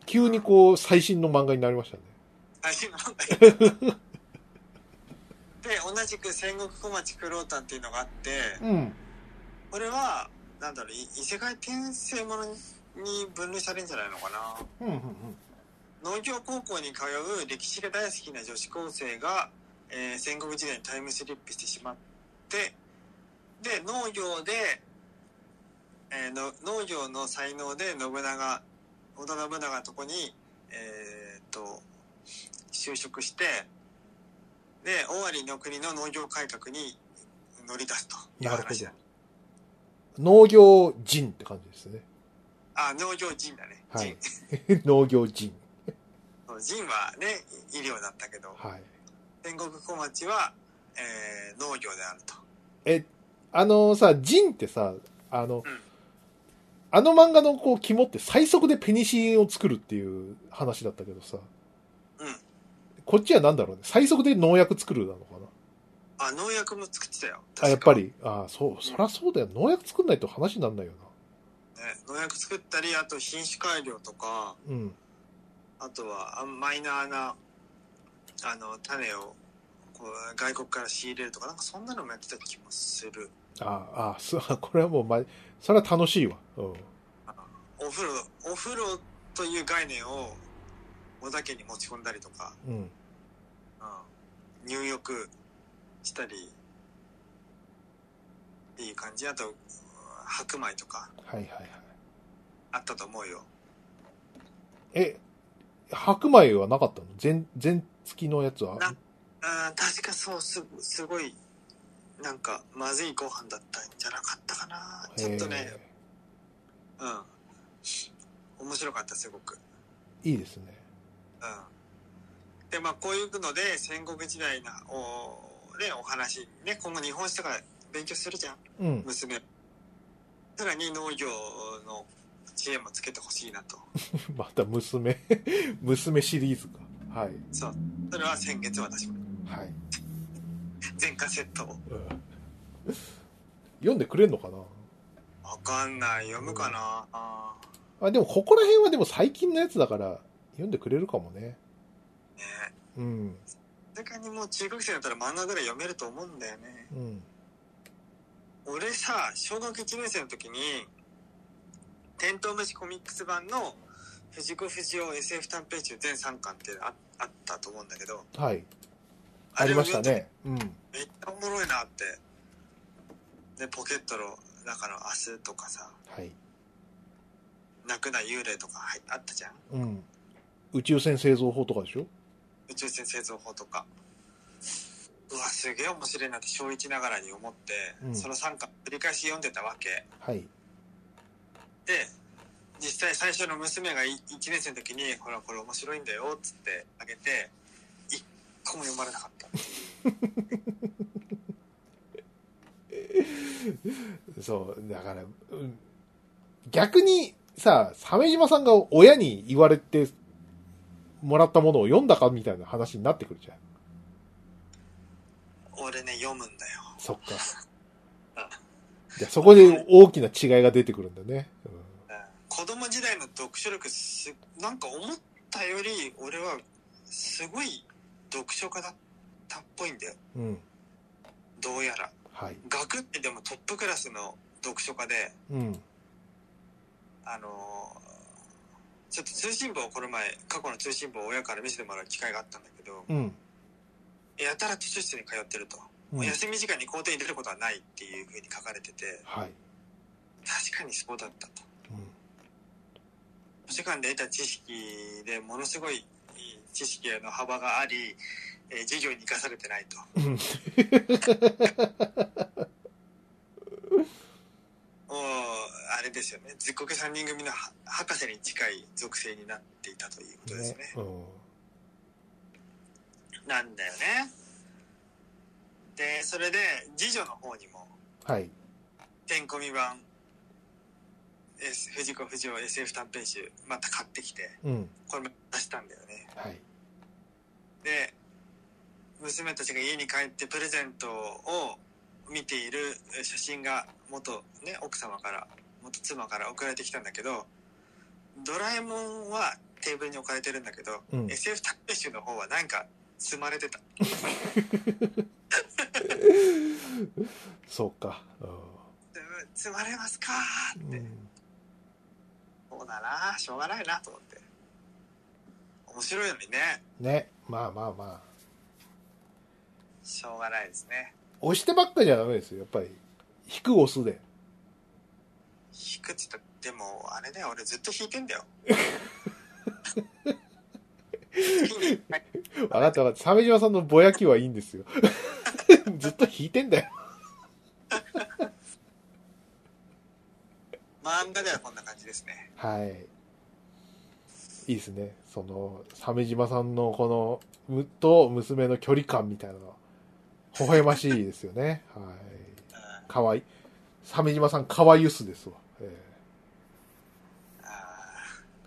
Speaker 2: 急にこう、最新の漫画になりましたね。
Speaker 1: 最新の漫画で同じく戦国小町クロータンっていうのがあって
Speaker 2: うん。
Speaker 1: これはなんだろうい異世界転生ものに分類されるんじゃないのかな
Speaker 2: うん、うん、
Speaker 1: 農業高校に通う歴史が大好きな女子高生が、えー戦国時代にタイムスリップしてしまってで農業で、えーの農業の才能で信長織田信長のとこにえーっと就職してで尾張の国の農業改革に乗り出すという
Speaker 2: なるほ
Speaker 1: 話
Speaker 2: ど
Speaker 1: だ。
Speaker 2: 農業人って感じですね。
Speaker 1: あ農業人だね、
Speaker 2: はい。 農業人。
Speaker 1: 人人はね医療だったけど
Speaker 2: はい。
Speaker 1: 戦国小町は、えー農業であると。
Speaker 2: え、あのさ、人ってさ、あの、
Speaker 1: うん
Speaker 2: あの漫画のこう肝って最速でペニシリンを作るっていう話だったけどさ、
Speaker 1: うん
Speaker 2: こっちはなんだろうね、最速で農薬作るなのかな
Speaker 1: あ、農薬も作ってたよ。
Speaker 2: あ、やっ
Speaker 1: 確か
Speaker 2: ぱ。り。あそう、そらそうだよ。農薬作んないと話になんないよ
Speaker 1: ね、農薬作ったり、あと品種改良とか、
Speaker 2: な。うん。
Speaker 1: あとはあマイナーな、あの、種を、こう、外国から仕入れるとか、なんかそんなのもやってた気もする。
Speaker 2: ああ、す、 これはもう、ま、それは楽しいわ。うん。
Speaker 1: お風呂、お風呂という概念を、小田家に持ち込んだりとか、
Speaker 2: うん。
Speaker 1: うん、入浴したり、っていう感じ。あと、うん白米とか、
Speaker 2: はいはいはい。
Speaker 1: あったと思うよ。
Speaker 2: え、白米はなかったの全、全付きのやつは
Speaker 1: なあー確かそうすすごいなんかまずいご飯だったんじゃなかったかなちょっとね
Speaker 2: へ
Speaker 1: うん面白かったすごく
Speaker 2: えいいですね。
Speaker 1: うんでまあこういうので戦国時代のおでお話ね今後日本史とか勉強するじゃん
Speaker 2: うん。
Speaker 1: 娘さらに農業の知恵もつけてほしいなと
Speaker 2: また娘、 娘シリーズか。はい。
Speaker 1: そうそれは先月私も
Speaker 2: はい。
Speaker 1: 全カセットを
Speaker 2: うん、読んでくれんのかな
Speaker 1: わかんない。読むかな。あ
Speaker 2: あ、でもここら辺はでも最近のやつだから、読んでくれるかもね。
Speaker 1: ーね
Speaker 2: うん。
Speaker 1: さすがにもう中学生だったら漫画ぐらい読めると思うんだよね。
Speaker 2: うん。
Speaker 1: 俺さ、小学1年生の時に、テントウムシコミックス版の藤子不二雄 SF 短編集全3巻ってああったと思うんだけど、
Speaker 2: はい。
Speaker 1: あ
Speaker 2: あ
Speaker 1: れ
Speaker 2: り
Speaker 1: を
Speaker 2: ました
Speaker 1: 読んで
Speaker 2: ね。うん。
Speaker 1: めっちゃおもろいなって。で、ポケットの中の明日とかさ、
Speaker 2: はい。
Speaker 1: 泣くな幽霊とか入あったじゃん。
Speaker 2: うん。宇宙船製造法とかでしょ
Speaker 1: 宇宙船製造法とか。うわ、すげえ面白いなって小1ながらに思って、
Speaker 2: うん
Speaker 1: その3巻繰り返し読んでたわけ。
Speaker 2: はい。
Speaker 1: で、実際最初の娘が1年生の時に、ほら、これ面白いんだよ、っつってあげて、一個も読まれなかった。
Speaker 2: そう、だから、うん逆にさ、鮫島さんが親に言われてもらったものを読んだかみたいな話になってくるじゃん。
Speaker 1: 俺ね、読むんだよ。
Speaker 2: そっか。じゃあそこで大きな違いが出てくるんだね。
Speaker 1: うん子供時代の読書力す、なんか思ったより、俺は、すごい読書家だったっぽいんだよ。
Speaker 2: うん。うん
Speaker 1: どうやら。
Speaker 2: はい。
Speaker 1: 学ってでもトップクラスの読書家で、
Speaker 2: うん。
Speaker 1: あのーちょっと通信簿をこの前、過去の通信簿を親から見せてもらう機会があったんだけど、
Speaker 2: うん。
Speaker 1: やたら図書室に通ってると。
Speaker 2: うん、
Speaker 1: 休み時間に校庭に出ることはないっていうふうに書かれてて、
Speaker 2: はい。
Speaker 1: 確かにそうだったと。
Speaker 2: う
Speaker 1: 図書館で得た知識でものすごい知識の幅があり、えー授業に生かされてないと。
Speaker 2: ん。うん。
Speaker 1: おーあれですよね。ずっこけ3人組のは博士に近い属性になっていたということですね。
Speaker 2: うん。
Speaker 1: なんだよね。で、それで、次女の方にも、
Speaker 2: はい。
Speaker 1: てんこみ版、S、藤子不二雄 SF 短編集、また買ってきて、
Speaker 2: うん。
Speaker 1: これも出したんだよね。
Speaker 2: はい。
Speaker 1: で、娘たちが家に帰ってプレゼントを見ている写真が元ね、奥様から、元妻から送られてきたんだけど、ドラえもんはテーブルに置かれてるんだけど、
Speaker 2: うん
Speaker 1: SF 短編集の方はなんか積まれてた。
Speaker 2: そうか。
Speaker 1: 積まれますかーっ
Speaker 2: う
Speaker 1: て。
Speaker 2: ん。
Speaker 1: そうだなしょうがないなと思って面白いのにね
Speaker 2: ね。まあまあまあ。
Speaker 1: しょうがないですね
Speaker 2: 押してばっかじゃダメですよ。やっぱり。引く押すで。
Speaker 1: 引くって言ったでもあれだよ俺ずっと引いてんだよ
Speaker 2: 分かった分かった。鮫島さんのぼやきはいいんですよ。 ずっと弾いてんだよ。
Speaker 1: 漫画ではこんな感じですね
Speaker 2: はい。いいですね。その、鮫島さんのこの、むと娘の距離感みたいなのは、微笑ましいですよね。はい。
Speaker 1: うん
Speaker 2: かわいい。鮫島さんかわゆすですわ。え
Speaker 1: あ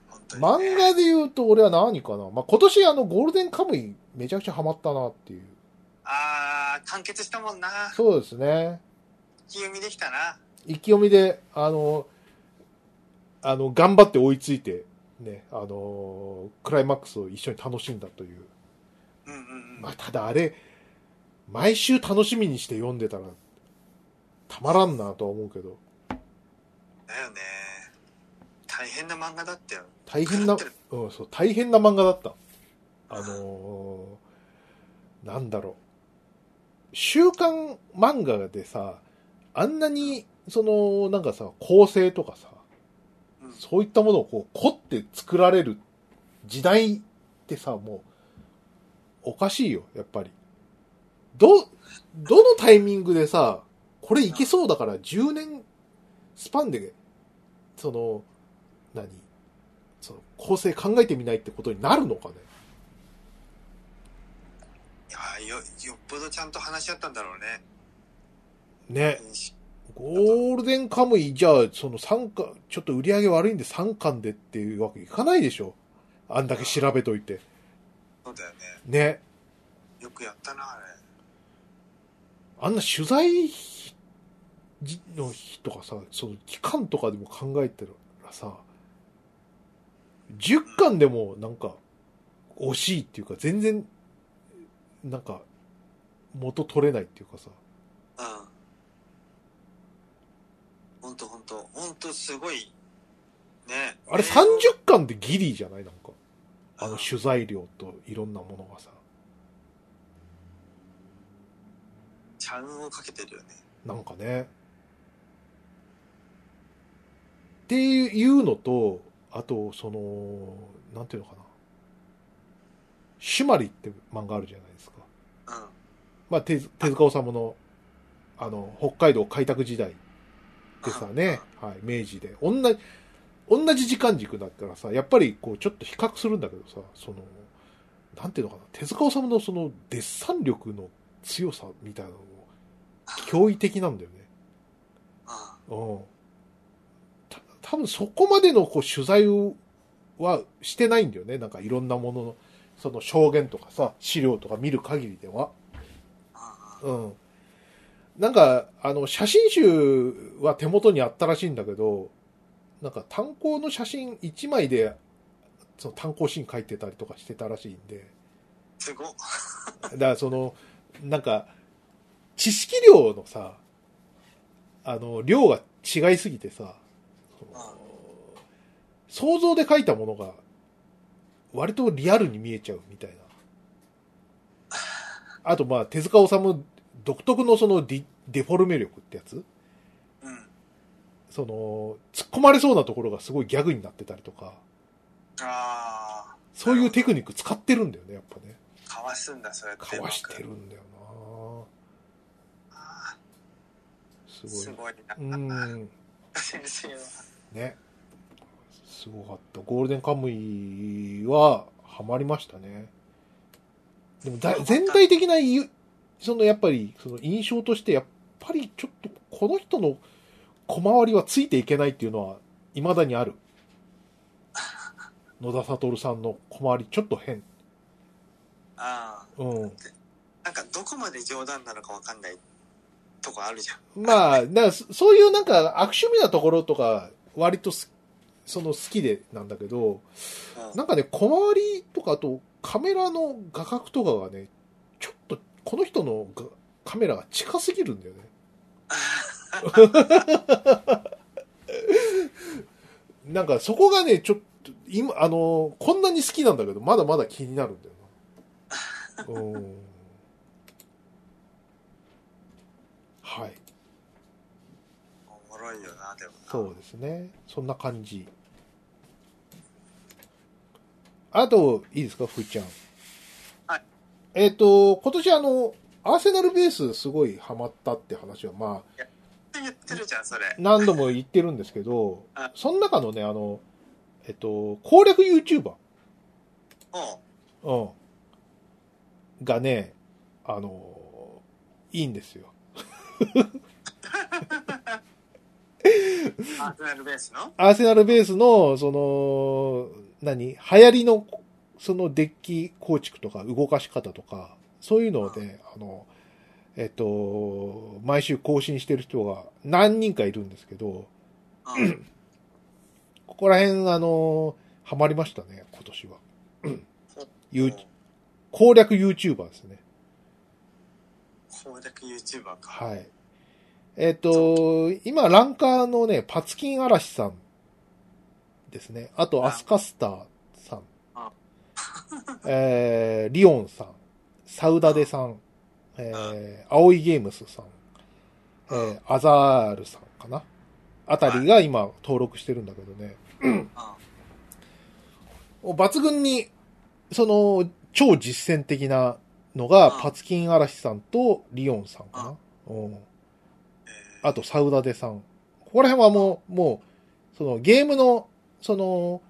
Speaker 1: ー本
Speaker 2: え
Speaker 1: 当に、ね、
Speaker 2: 漫画で言うと俺は何かな。まあ、今年あの、ゴールデンカムイめちゃくちゃハマったなっていう。
Speaker 1: ああ完結したもんな
Speaker 2: そうですね。
Speaker 1: 気読みできたな
Speaker 2: 意気読みで、あの、あの、頑張って追いついて、ね、あの、クライマックスを一緒に楽しんだという。
Speaker 1: うんうんうん、
Speaker 2: まあ、ただあれ、毎週楽しみにして読んでたら、たまらんなとは思うけど、
Speaker 1: だよね大変な漫画だったよ
Speaker 2: 大 変な、うん、そう、大変な漫画だった。あのーなんだろう。週刊漫画でさ、あんなに、その、なんかさ、構成とかさ、
Speaker 1: うん
Speaker 2: そういったものをこう凝って作られる時代ってさ、もう、おかしいよ、やっぱり。ど、どのタイミングでさ、これいけそうだから10年スパンで、その、何その構成考えてみないってことになるのかね。
Speaker 1: いやーよよっぽどちゃんと話し合ったんだろうね
Speaker 2: ね。
Speaker 1: し
Speaker 2: ゴールデンカムイ、じゃあ、その3巻、ちょっと売り上げ悪いんで3巻でっていうわけいかないでしょ。あんだけ調べといて。
Speaker 1: そうだよね
Speaker 2: ね。
Speaker 1: よくやったなあれ
Speaker 2: あんな取材じの日とかさ、その期間とかでも考えてるらさ、10巻でもなんか、惜しいっていうか、全然、なんか、元取れないっていうかさ、
Speaker 1: うん。ほんとほんと、ほんとすごい、ね。
Speaker 2: あれ
Speaker 1: 映
Speaker 2: 30巻でギリじゃないなんか、
Speaker 1: 像
Speaker 2: あ
Speaker 1: う
Speaker 2: の
Speaker 1: ん
Speaker 2: 取材料といろんなものがさ、
Speaker 1: ちゃんをかけてるよね。
Speaker 2: なんかね。っていうのと、あと、その、なんていうのかな。シュマリって漫画あるじゃないですか。
Speaker 1: うん。
Speaker 2: まあ、手塚手塚治虫の、あの、北海道開拓時代でさね、はい、明治で。同じ、同じ時間軸だったらさ、やっぱりこう、ちょっと比較するんだけどさ、その、なんていうのかな、手塚治虫のその、デッサン力の強さみたいなのも、驚異的なんだよね。
Speaker 1: あ
Speaker 2: うん。た多分そこまでのこう取材をはしてないんだよね。なんかいろんなものの、その証言とかさ、資料とか見る限りでは。
Speaker 1: あ、
Speaker 2: うん。なんか、あの、写真集は手元にあったらしいんだけど、なんか炭鉱の写真1枚で、その炭鉱シーン書いてたりとかしてたらしいんで、
Speaker 1: すごっ。
Speaker 2: だからその、なんか、知識量のさ、あの、量が違いすぎてさ、その想像で書いたものが、割とリアルに見えちゃうみたいな。あと、まあ、手塚治虫独特のそのディデフォルメ力ってやつ
Speaker 1: うん。
Speaker 2: その、突っ込まれそうなところがすごいギャグになってたりとか、
Speaker 1: あ
Speaker 2: そういうテクニック使ってるんだよね、やっぱね。
Speaker 1: あ、かわすんだ、そうやって。
Speaker 2: かわしてるんだよな
Speaker 1: あ
Speaker 2: す
Speaker 1: うまく
Speaker 2: ごい
Speaker 1: す
Speaker 2: な。
Speaker 1: ごいな。
Speaker 2: うん。
Speaker 1: 先生は。
Speaker 2: ね。すごかった。ゴールデンカムイは、ハマりましたね。でもだ、全体的なゆ、そのやっぱり、その印象として、やっぱりちょっと、この人の小回りはついていけないっていうのは、未だにある。野田悟さんの小回り、ちょっと変。
Speaker 1: あ
Speaker 2: うん。
Speaker 1: あ、なんかどこまで冗談なのかわかんないとこあるじゃん。
Speaker 2: まあ、だからそそういうなんか悪趣味なところとか、割とすその好きでなんだけど、
Speaker 1: うん
Speaker 2: なんかね、小回りとか、あとカメラの画角とかがね、ちょっとこの人のがカメラが近すぎるんだよね。なんかそこがね、ちょっと、今、あの、こんなに好きなんだけど、まだまだ気になるんだよな。うん。はい。
Speaker 1: おもろいよな、でも。
Speaker 2: そうですね。そんな感じ。あと、いいですか、ふーちゃん。
Speaker 1: はい。
Speaker 2: えっ、と、今年あの、アーセナルベースすごいハマったって話は、まあ、
Speaker 1: って言ってるじゃん、それ。
Speaker 2: 何度も言ってるんですけど
Speaker 1: はい、
Speaker 2: その中のね、あの、えっ、と、攻略 YouTuber、
Speaker 1: おう。
Speaker 2: うん、がね、あの、いいんですよ。
Speaker 1: アーセナルベースの
Speaker 2: アーセナルベースの、その、何流行りの、そのデッキ構築とか動かし方とか、そういうのをね、あの、えっと、毎週更新してる人が何人かいるんですけど、
Speaker 1: うん。
Speaker 2: ここら辺、あの、ハマりましたね、今年は。ゆう攻略 YouTuber ですね。
Speaker 1: 攻略 YouTuber か。
Speaker 2: はい。えっ、と、今、ランカーのね、パツキン嵐さんですね。あと、
Speaker 1: あ
Speaker 2: アスカスターさん
Speaker 1: あ。
Speaker 2: えー、リオンさん。サウダデさん。えー、青いゲームスさん。えー、アザールさんかな。あたりが今、登録してるんだけどね。抜群に、その、超実践的なのが
Speaker 1: う、ん
Speaker 2: パツキン嵐さんとリオンさんかな。うん。あと、サウダデさん。ここら辺はもう、もう、その、ゲームの、その、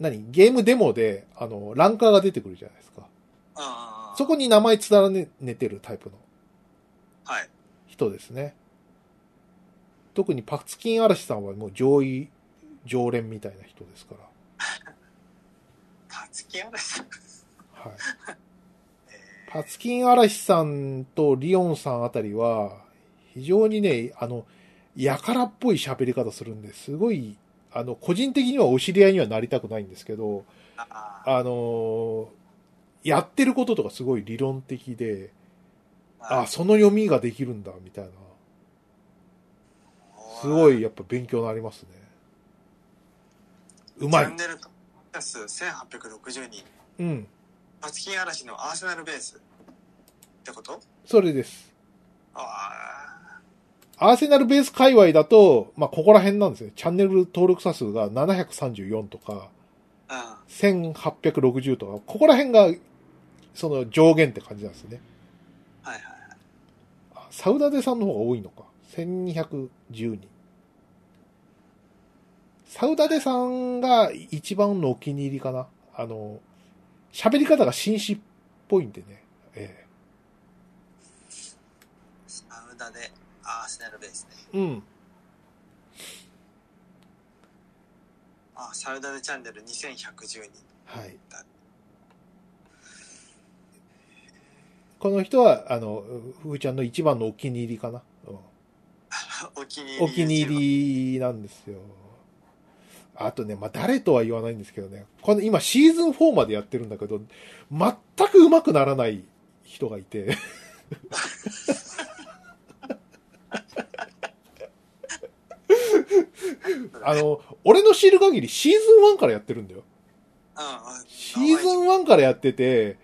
Speaker 2: 何ゲームデモで、あの、ランカーが出てくるじゃないですか。
Speaker 1: ああ。
Speaker 2: そこに名前連ねてるタイプの
Speaker 1: はい。
Speaker 2: 人ですね。特にパツキン嵐さんはもう上位、常連みたいな人ですから。
Speaker 1: パツキアラさん。
Speaker 2: はい。
Speaker 1: え
Speaker 2: パツキン嵐さんとリオンさんあたりは、非常にね、あの、やからっぽい喋り方するんで、すごい、あの、個人的にはお知り合いにはなりたくないんですけど、
Speaker 1: あ
Speaker 2: あのーやってることとかすごい理論的で、あ、その読みができるんだ、みたいな。すごい、やっぱ勉強になりますね。うま
Speaker 1: チャ
Speaker 2: い
Speaker 1: ン。ネル登録者数1860人。
Speaker 2: うん。
Speaker 1: パツキン嵐のアーセナルベースってこと
Speaker 2: それです。
Speaker 1: あ
Speaker 2: アーセナルベース界隈だと、まあ、ここら辺なんですね。チャンネル登録者数が734とか、
Speaker 1: あ、
Speaker 2: 1860とか、ここら辺が、その上限って感じなんですね。
Speaker 1: うん。はいはい。
Speaker 2: あサウダデさんの方が多いのか。1210人。サウダデさんが一番のお気に入りかな。あの、喋り方が紳士っぽいんでね。え
Speaker 1: サウダでアーセナルベースね。
Speaker 2: えうん。
Speaker 1: あ、サウダでチャンネル2110人。
Speaker 2: はい。この人は、あの、ふーちゃんの一番のお気に入りかな。うん
Speaker 1: お気に入り。
Speaker 2: お気に入りなんですよ。あとね、まあ、誰とは言わないんですけどね、この今シーズン4までやってるんだけど、全く上手くならない人がいて、あの、俺の知る限りシーズン1からやってるんだよ。
Speaker 1: うんうん。
Speaker 2: シーズン1からやってて、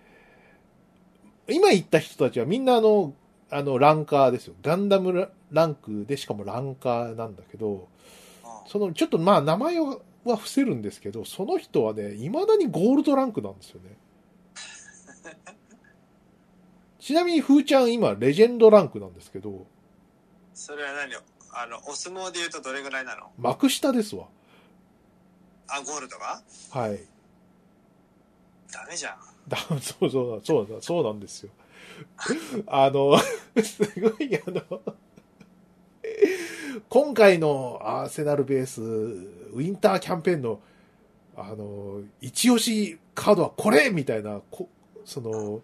Speaker 2: 今言った人たちはみんなあの、あの、ランカーですよ。ガンダムラランクでしかもランカーなんだけど、
Speaker 1: うん
Speaker 2: その、ちょっとまあ名前は伏せるんですけど、その人はね、未だにゴールドランクなんですよね。ちなみに、ふーちゃん今、レジェンドランクなんですけど、
Speaker 1: それは何よあの、お相撲で言うとどれぐらいなの
Speaker 2: 幕下ですわ。
Speaker 1: あ、ゴールドが
Speaker 2: はい。
Speaker 1: ダメじゃん。
Speaker 2: だ、 そうそう、そうだ、そうなんですよ。 あの、 すごい、あの、 今回のアーセナルベース、ウィンターキャンペーンの、あの、一押しカードはこれみたいな、こその、
Speaker 1: うん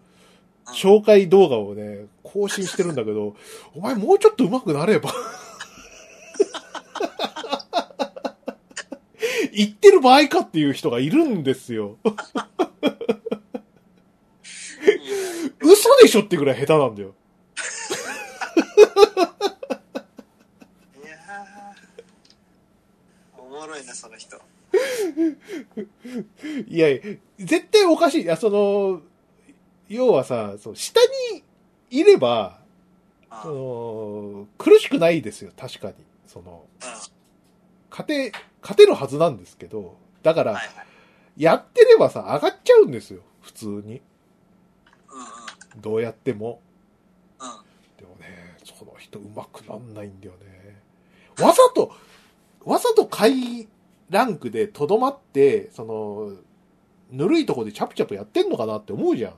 Speaker 2: 紹介動画をね、更新してるんだけど、 お前もうちょっと上手くなれば。 言ってる場合かっていう人がいるんですよ。
Speaker 1: いや
Speaker 2: 嘘でしょってぐらい下手なんだよ。
Speaker 1: いやーおもろいな、その人。
Speaker 2: いやいや、絶対おかしい。いや、その、要はさ、そう下にいれば、
Speaker 1: あ
Speaker 2: そ
Speaker 1: うん。
Speaker 2: の苦しくないですよ、確かに。その、勝て、勝てるはずなんですけど、だか
Speaker 1: は
Speaker 2: ら
Speaker 1: い、はい。
Speaker 2: やってればさ、上がっちゃうんですよ、普通に。
Speaker 1: うんうん。
Speaker 2: どうやっても。
Speaker 1: うん。
Speaker 2: でもね、その人上手くなんないんだよね。わざと、わざと下位ランクでとどまって、その、ぬるいとこでチャプチャプやってんのかなって思うじゃん。
Speaker 1: は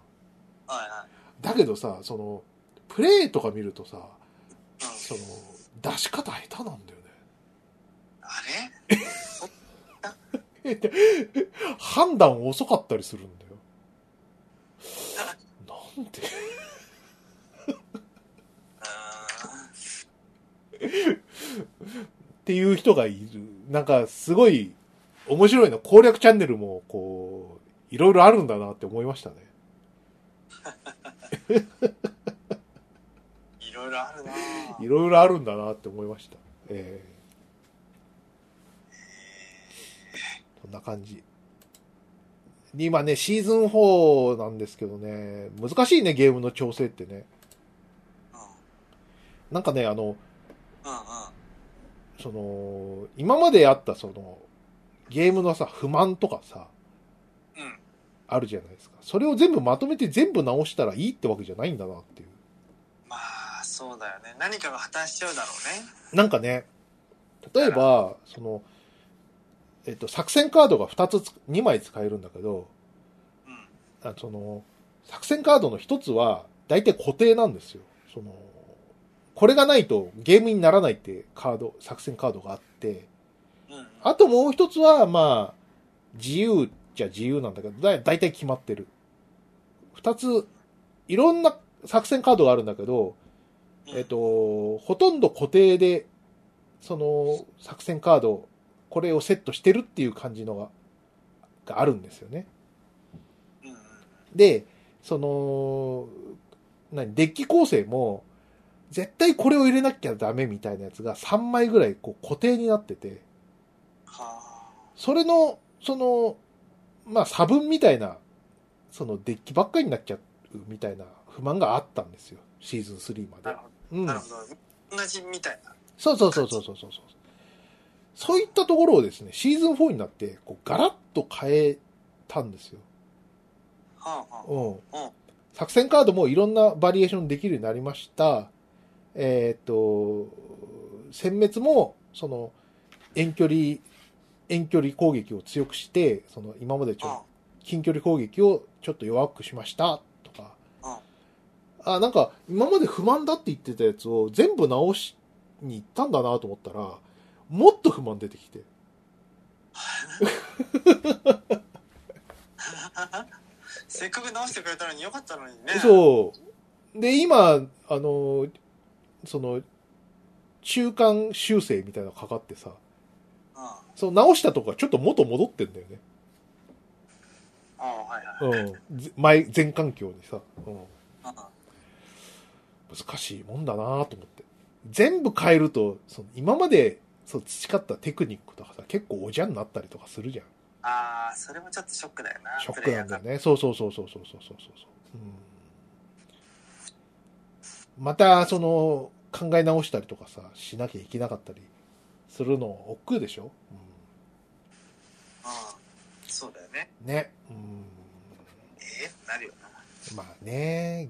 Speaker 1: いはい。
Speaker 2: だけどさ、その、プレイとか見るとさ、
Speaker 1: うん
Speaker 2: その、出し方下手なんだよね。
Speaker 1: あれ
Speaker 2: 判断遅かったりするんだよ。なんで
Speaker 1: う
Speaker 2: っていう人がいる。なんか、すごい、面白いな。攻略チャンネルも、こう、いろいろあるんだなって思いましたね。
Speaker 1: ーん。いろいろあるなぁ
Speaker 2: いろいろあるんだなって思いました。えーこんな感じ。で今ね、シーズン4なんですけどね、難しいね、ゲームの調整ってね。
Speaker 1: うん。
Speaker 2: なんかね、あの、
Speaker 1: うん
Speaker 2: その、今まであったその、ゲームのさ、不満とかさ、
Speaker 1: うん。うん。
Speaker 2: あるじゃないですか。それを全部まとめて全部直したらいいってわけじゃないんだなっていう。
Speaker 1: まあ、そうだよね。何かが破綻しちゃうだろうね。
Speaker 2: なんかね、例えば、その、えっと、作戦カードが2つつ、2枚使えるんだけど、
Speaker 1: うん。
Speaker 2: あその、作戦カードの1つは、大体固定なんですよ。その、これがないとゲームにならないってカード、作戦カードがあって、
Speaker 1: うんうん。
Speaker 2: あともう一つは、まあ、自由っちゃ自由なんだけど、だだいたい決まってる。二つ、いろんな作戦カードがあるんだけど、
Speaker 1: うん
Speaker 2: えっ、と、ほとんど固定でその作戦カード、これをセットしてるっていう感じのが、があるんですよね。
Speaker 1: うんうん
Speaker 2: で、その、何、デッキ構成も、絶対これを入れなきゃダメみたいなやつが3枚ぐらいこう固定になってて、
Speaker 1: は
Speaker 2: それの、その、まあ差分みたいな、そのデッキばっかりになっちゃうみたいな不満があったんですよ。シーズン3ま
Speaker 1: あな
Speaker 2: で
Speaker 1: るほ。
Speaker 2: う
Speaker 1: ど
Speaker 2: ん
Speaker 1: な。るほど同じみたいな
Speaker 2: そうそうそうそうそうそうそう。そういったところをですね、シーズン4になって、こうガラッと変えたんですよ。
Speaker 1: はあはあ
Speaker 2: うん
Speaker 1: うん
Speaker 2: 作戦カードもいろんなバリエーションできるようになりました。えーっと、殲滅も、その、遠距離、遠距離攻撃を強くして、その、今までちょ
Speaker 1: あ
Speaker 2: 近距離攻撃をちょっと弱くしました、とか
Speaker 1: うん。
Speaker 2: あ、なんか、今まで不満だって言ってたやつを全部直しに行ったんだなと思ったら、もっと不満出てきて。
Speaker 1: せっかく直してくれたのによかったのにねう
Speaker 2: そう。で、今、あの、その、中間修正みたいなのかかってさ、
Speaker 1: あ
Speaker 2: その直したとこがちょっと元戻ってんだよね。
Speaker 1: あはいはい
Speaker 2: うん。ぜ前、前環境にさ。うん。
Speaker 1: ああ
Speaker 2: 難しいもんだなと思って。全部変えると、その今までそう培ったテクニックとかさ、結構おじゃんになったりとかするじゃん。
Speaker 1: ああそれもちょっとショックだよな
Speaker 2: ショックなんだよね。そうそうそうそうそうそうそうそう。うん、また、その、考え直したりとかさ、しなきゃいけなかったりするの億劫でしょ、
Speaker 1: プレイヤーがああそうだよね
Speaker 2: うん、ね。うん。
Speaker 1: ええなるよな
Speaker 2: まあね、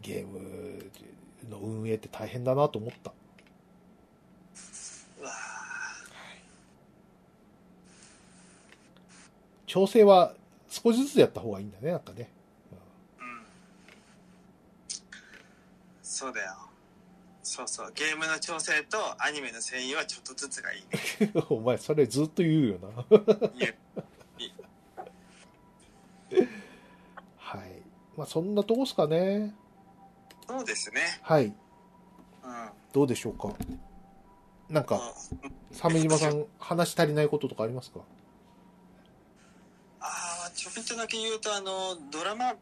Speaker 2: ゲームの運営って大変だなと思った。
Speaker 1: うわあ
Speaker 2: 調整は少しずつやった方がいいんだね、なんかね。
Speaker 1: うんそうだよそうそうゲームの調整とアニメの声優はちょっとずつがいいね
Speaker 2: お前、それずっと言うよな。
Speaker 1: 言う
Speaker 2: はい。まあ、そんなとこっすかね。
Speaker 1: そうですね
Speaker 2: はい。
Speaker 1: うん
Speaker 2: どうでしょうか。なんか、鮫島さん、話足りないこととかありますか
Speaker 1: ああちょびっとだけ言うとあのドラマ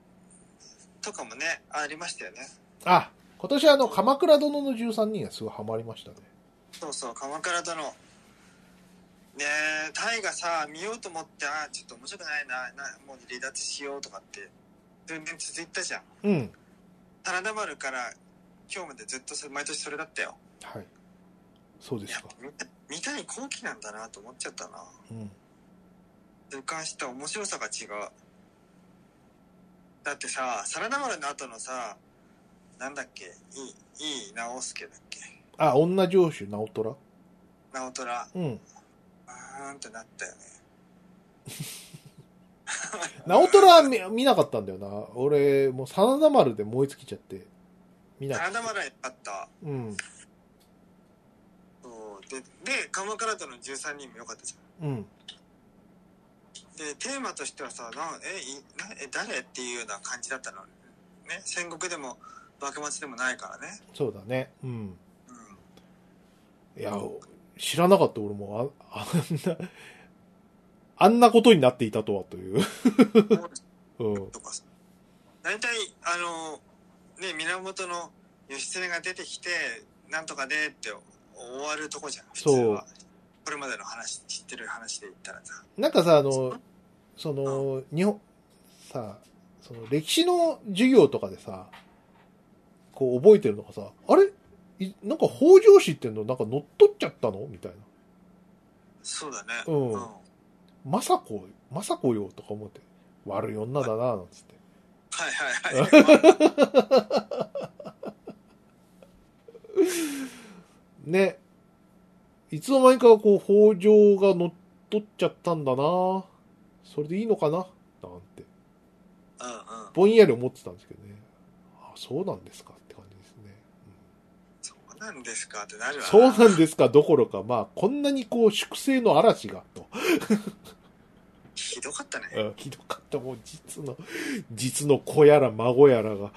Speaker 1: とかもねありましたよね
Speaker 2: あ、今年あの、鎌倉殿の13人がすごいハマりましたね。
Speaker 1: そうそう鎌倉殿ねえタイがさ見ようと思ってあーちょっと面白くないななもう離脱しようとかって全然続いたじゃん
Speaker 2: うん。
Speaker 1: 真田丸から今日までずっとそれ毎年それだったよ
Speaker 2: はい。そうで
Speaker 1: や
Speaker 2: す
Speaker 1: っ
Speaker 2: か
Speaker 1: ぱ。見た見たい後期なんだなと思っちゃったな
Speaker 2: うん。
Speaker 1: 痛感した面白さが違うだってさ真田丸の後のさなんだっけいいいい直輔だっけ
Speaker 2: あ、女上手直虎
Speaker 1: 直虎
Speaker 2: うん。
Speaker 1: あーんってなったよね
Speaker 2: 直虎は見見なかったんだよな。俺、もう、真田丸で燃え尽きちゃって、見な
Speaker 1: 真
Speaker 2: かった
Speaker 1: 田。丸は良かった
Speaker 2: うん。
Speaker 1: そうでで鎌倉殿の13人も良かったじゃん
Speaker 2: うん。
Speaker 1: でテーマとしてはさなんえいなえ誰っていうような感じだったのね戦国でも幕末でもないからね
Speaker 2: そうだね。うん。
Speaker 1: うん
Speaker 2: いや、知らなかった俺も、あ、あんな、あんなことになっていたとはという。うん。
Speaker 1: とかさ大体あのね源の義経が出てきてなんとかでって終わるとこじゃん普通はこれまでの話知ってる話で言ったらさ
Speaker 2: なんかさ、あの、その、日本、さ、その歴史の授業とかでさ、こう覚えてるのがさ、あれいなんか北条氏っていうのなんか乗っ取っちゃったのみたいな。
Speaker 1: そうだね
Speaker 2: うん
Speaker 1: うん
Speaker 2: まさこ、まさこよとか思って。悪い女だな、なんつって。
Speaker 1: はい はいはい
Speaker 2: ね。いつの間にかこう、北条が乗っ取っちゃったんだなそれでいいのかななんて。
Speaker 1: うんうん
Speaker 2: ぼんやり思ってたんですけどね。あ、そうなんですかって感じですね。
Speaker 1: そうなんですかってなる
Speaker 2: うん
Speaker 1: わ
Speaker 2: そうなんですかどころか、まあ、こんなにこう、粛清の嵐が、と。
Speaker 1: ひどかったね
Speaker 2: うんひどかった、もう、実の、実の子やら孫やらが、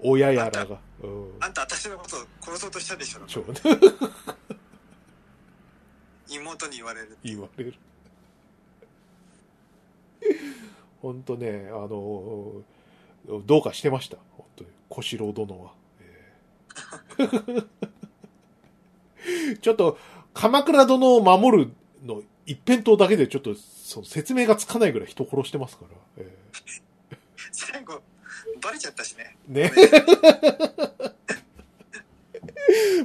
Speaker 2: 親やらが。うん。
Speaker 1: あんた私のこと殺そうとしたでしょ
Speaker 2: ちょ
Speaker 1: 妹に言われる。
Speaker 2: 言われる。 ほんとね、あの、どうかしてました。本当に。小四郎殿は。えー ちょっと、鎌倉殿を守るの一辺倒だけでちょっと、その説明がつかないぐらい人殺してますから。え
Speaker 1: 最後、バレちゃったし ね。
Speaker 2: ーね。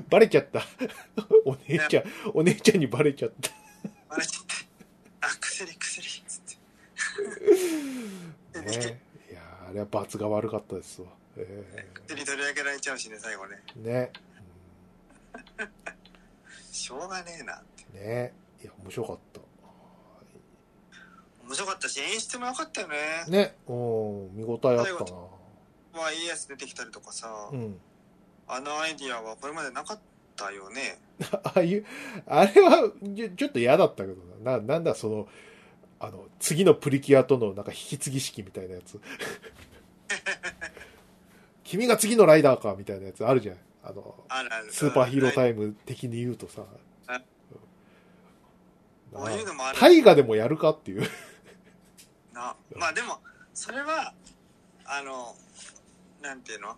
Speaker 2: バレちゃった。 お姉ちゃん、お姉ちゃんにバレちゃった。
Speaker 1: バレちゃった。あ、薬、薬、つって。で
Speaker 2: ね、いやーあれは罰が悪かったですわ。え
Speaker 1: 薬取り上げられちゃうしね、最後ね。
Speaker 2: ーね。
Speaker 1: しょうがねえなって。
Speaker 2: うんね。いや、面白かった。
Speaker 1: 面白かったし、演出も良かったよね。
Speaker 2: ね。うん、見応えあったな。
Speaker 1: まあ、いいやつ出てきたりとかさ、
Speaker 2: うん。
Speaker 1: あのアイディアはこれまでなかったよね。
Speaker 2: ああいう、あれは、ちょちょっと嫌だったけどな。な、なんだその、あの、次のプリキュアとのなんか引き継ぎ式みたいなや つ。君が次のライダーか、みたいなやつあるじゃん。あの、
Speaker 1: あるある。
Speaker 2: スーパーヒーロー
Speaker 1: イ
Speaker 2: タイム的に言うとさ。
Speaker 1: あ
Speaker 2: うん
Speaker 1: こういうのもある
Speaker 2: 大河でもやるかっていう。
Speaker 1: な。まあでも、それは、あの、なんていうの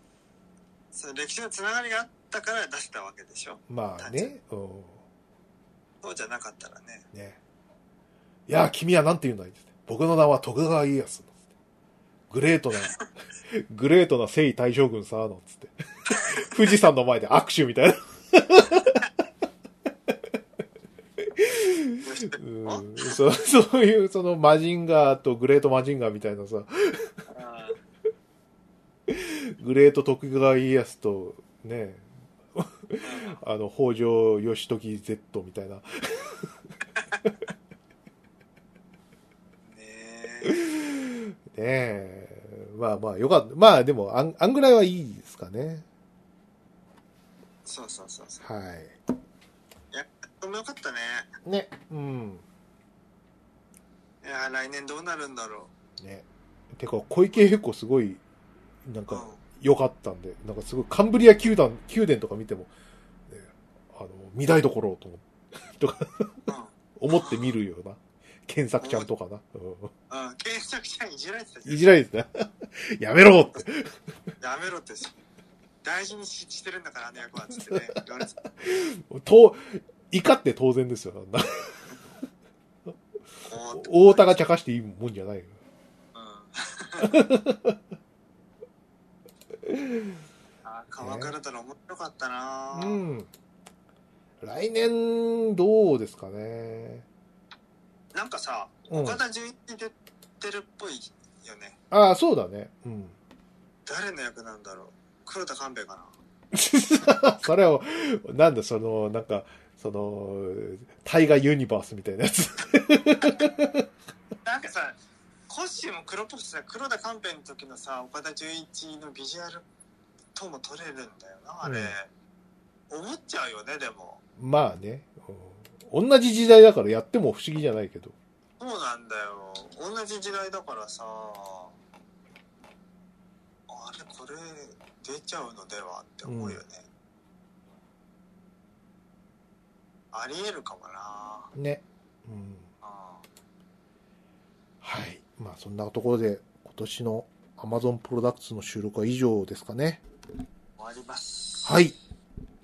Speaker 1: その歴史のつながりがあったから出したわけでしょ。
Speaker 2: まあね。う
Speaker 1: そうじゃなかったらね。
Speaker 2: ん。ね。いや、君はなんて言うんだい僕の名は徳川家康。グレートな、グレートな征夷大将軍さ、の、つって。富士山の前で握手みたいな。
Speaker 1: よし
Speaker 2: うん、そうそういう、その、マジンガーとグレートマジンガーみたいなさ、
Speaker 1: あ
Speaker 2: グレート徳川家康と、ね、
Speaker 1: ー
Speaker 2: あの、北条義時 Z みたいな。
Speaker 1: うんね
Speaker 2: ねえ。まあまあ、よかった。まあでも、あん、あんぐらいはいいですか
Speaker 1: え
Speaker 2: ね。
Speaker 1: そうそうそうそ
Speaker 2: は
Speaker 1: う。でもよかったね。
Speaker 2: い。ね。うん。
Speaker 1: いやー、来年どうなるんだろ
Speaker 2: ね。てか、小池栄子すごい、な
Speaker 1: う。
Speaker 2: ん
Speaker 1: う
Speaker 2: か、
Speaker 1: ん
Speaker 2: 良かったんで、なんかすごい、カンブリア宮殿、宮殿とか見ても、ねあの、見台所をと思思って見るような、検索ちゃんとかな。うん
Speaker 1: うん。うん。検索者いじられてたじゃん
Speaker 2: いじられてた。 やめろって。
Speaker 1: やめろってし大事にししてるんだからあの役はつってね言われてた
Speaker 2: と、怒って当然ですよ。な
Speaker 1: おーって
Speaker 2: 大田が茶化していいもんじゃないよ。
Speaker 1: うんあー鎌倉殿面白かったな
Speaker 2: う
Speaker 1: ぁ、
Speaker 2: ん。来年、どうですかね。
Speaker 1: なんかさ
Speaker 2: うん。
Speaker 1: 岡田准一出てるっぽいよね
Speaker 2: ああ、そうだね。うん。
Speaker 1: 誰の役なんだろう黒田官兵衛かな
Speaker 2: それを、なんだ、その、なんか、その、タイガーユニバースみたいなやつ。
Speaker 1: なんかさコッシーも黒っぽくてさ黒田官兵衛の時のさ岡田准一のビジュアルとも取れるんだよなあれ、思っちゃうよねでも
Speaker 2: まあね。うん同じ時代だからやっても不思議じゃないけど。
Speaker 1: そうなんだよ同じ時代だからさあれこれ出ちゃうのではって思うよね、ありえるかもな
Speaker 2: ね。うん。
Speaker 1: あ
Speaker 2: はい。まあそんなところで今年の Amazon プロダクツの収録は以上ですかね。
Speaker 1: 終わります
Speaker 2: はい。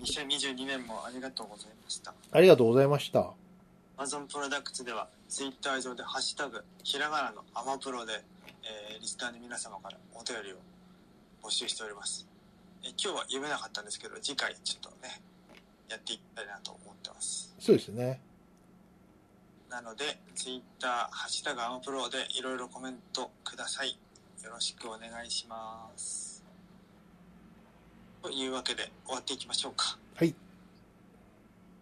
Speaker 1: 2022年もありがとうございました
Speaker 2: ありがとうございました。
Speaker 1: Amazon プロダクツでは Twitter 上で「ハッシュタグひらがなのアマプロで」えーリスナーの皆様からお便りを募集しております、えー今日は読めなかったんですけど次回ちょっとねやっていきたいなと思ってます
Speaker 2: そうですね。
Speaker 1: なので Twitter「ハッシュタグアマプロ」でいろいろコメントくださいよろしくお願いしますというわけで終わっていきましょうか
Speaker 2: はい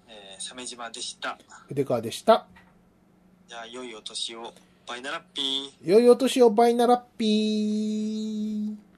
Speaker 1: えー、鮫島でした
Speaker 2: 筆川でした。
Speaker 1: じゃあ良いお年をバイナラッピー
Speaker 2: 良いお年をバイナラッピー。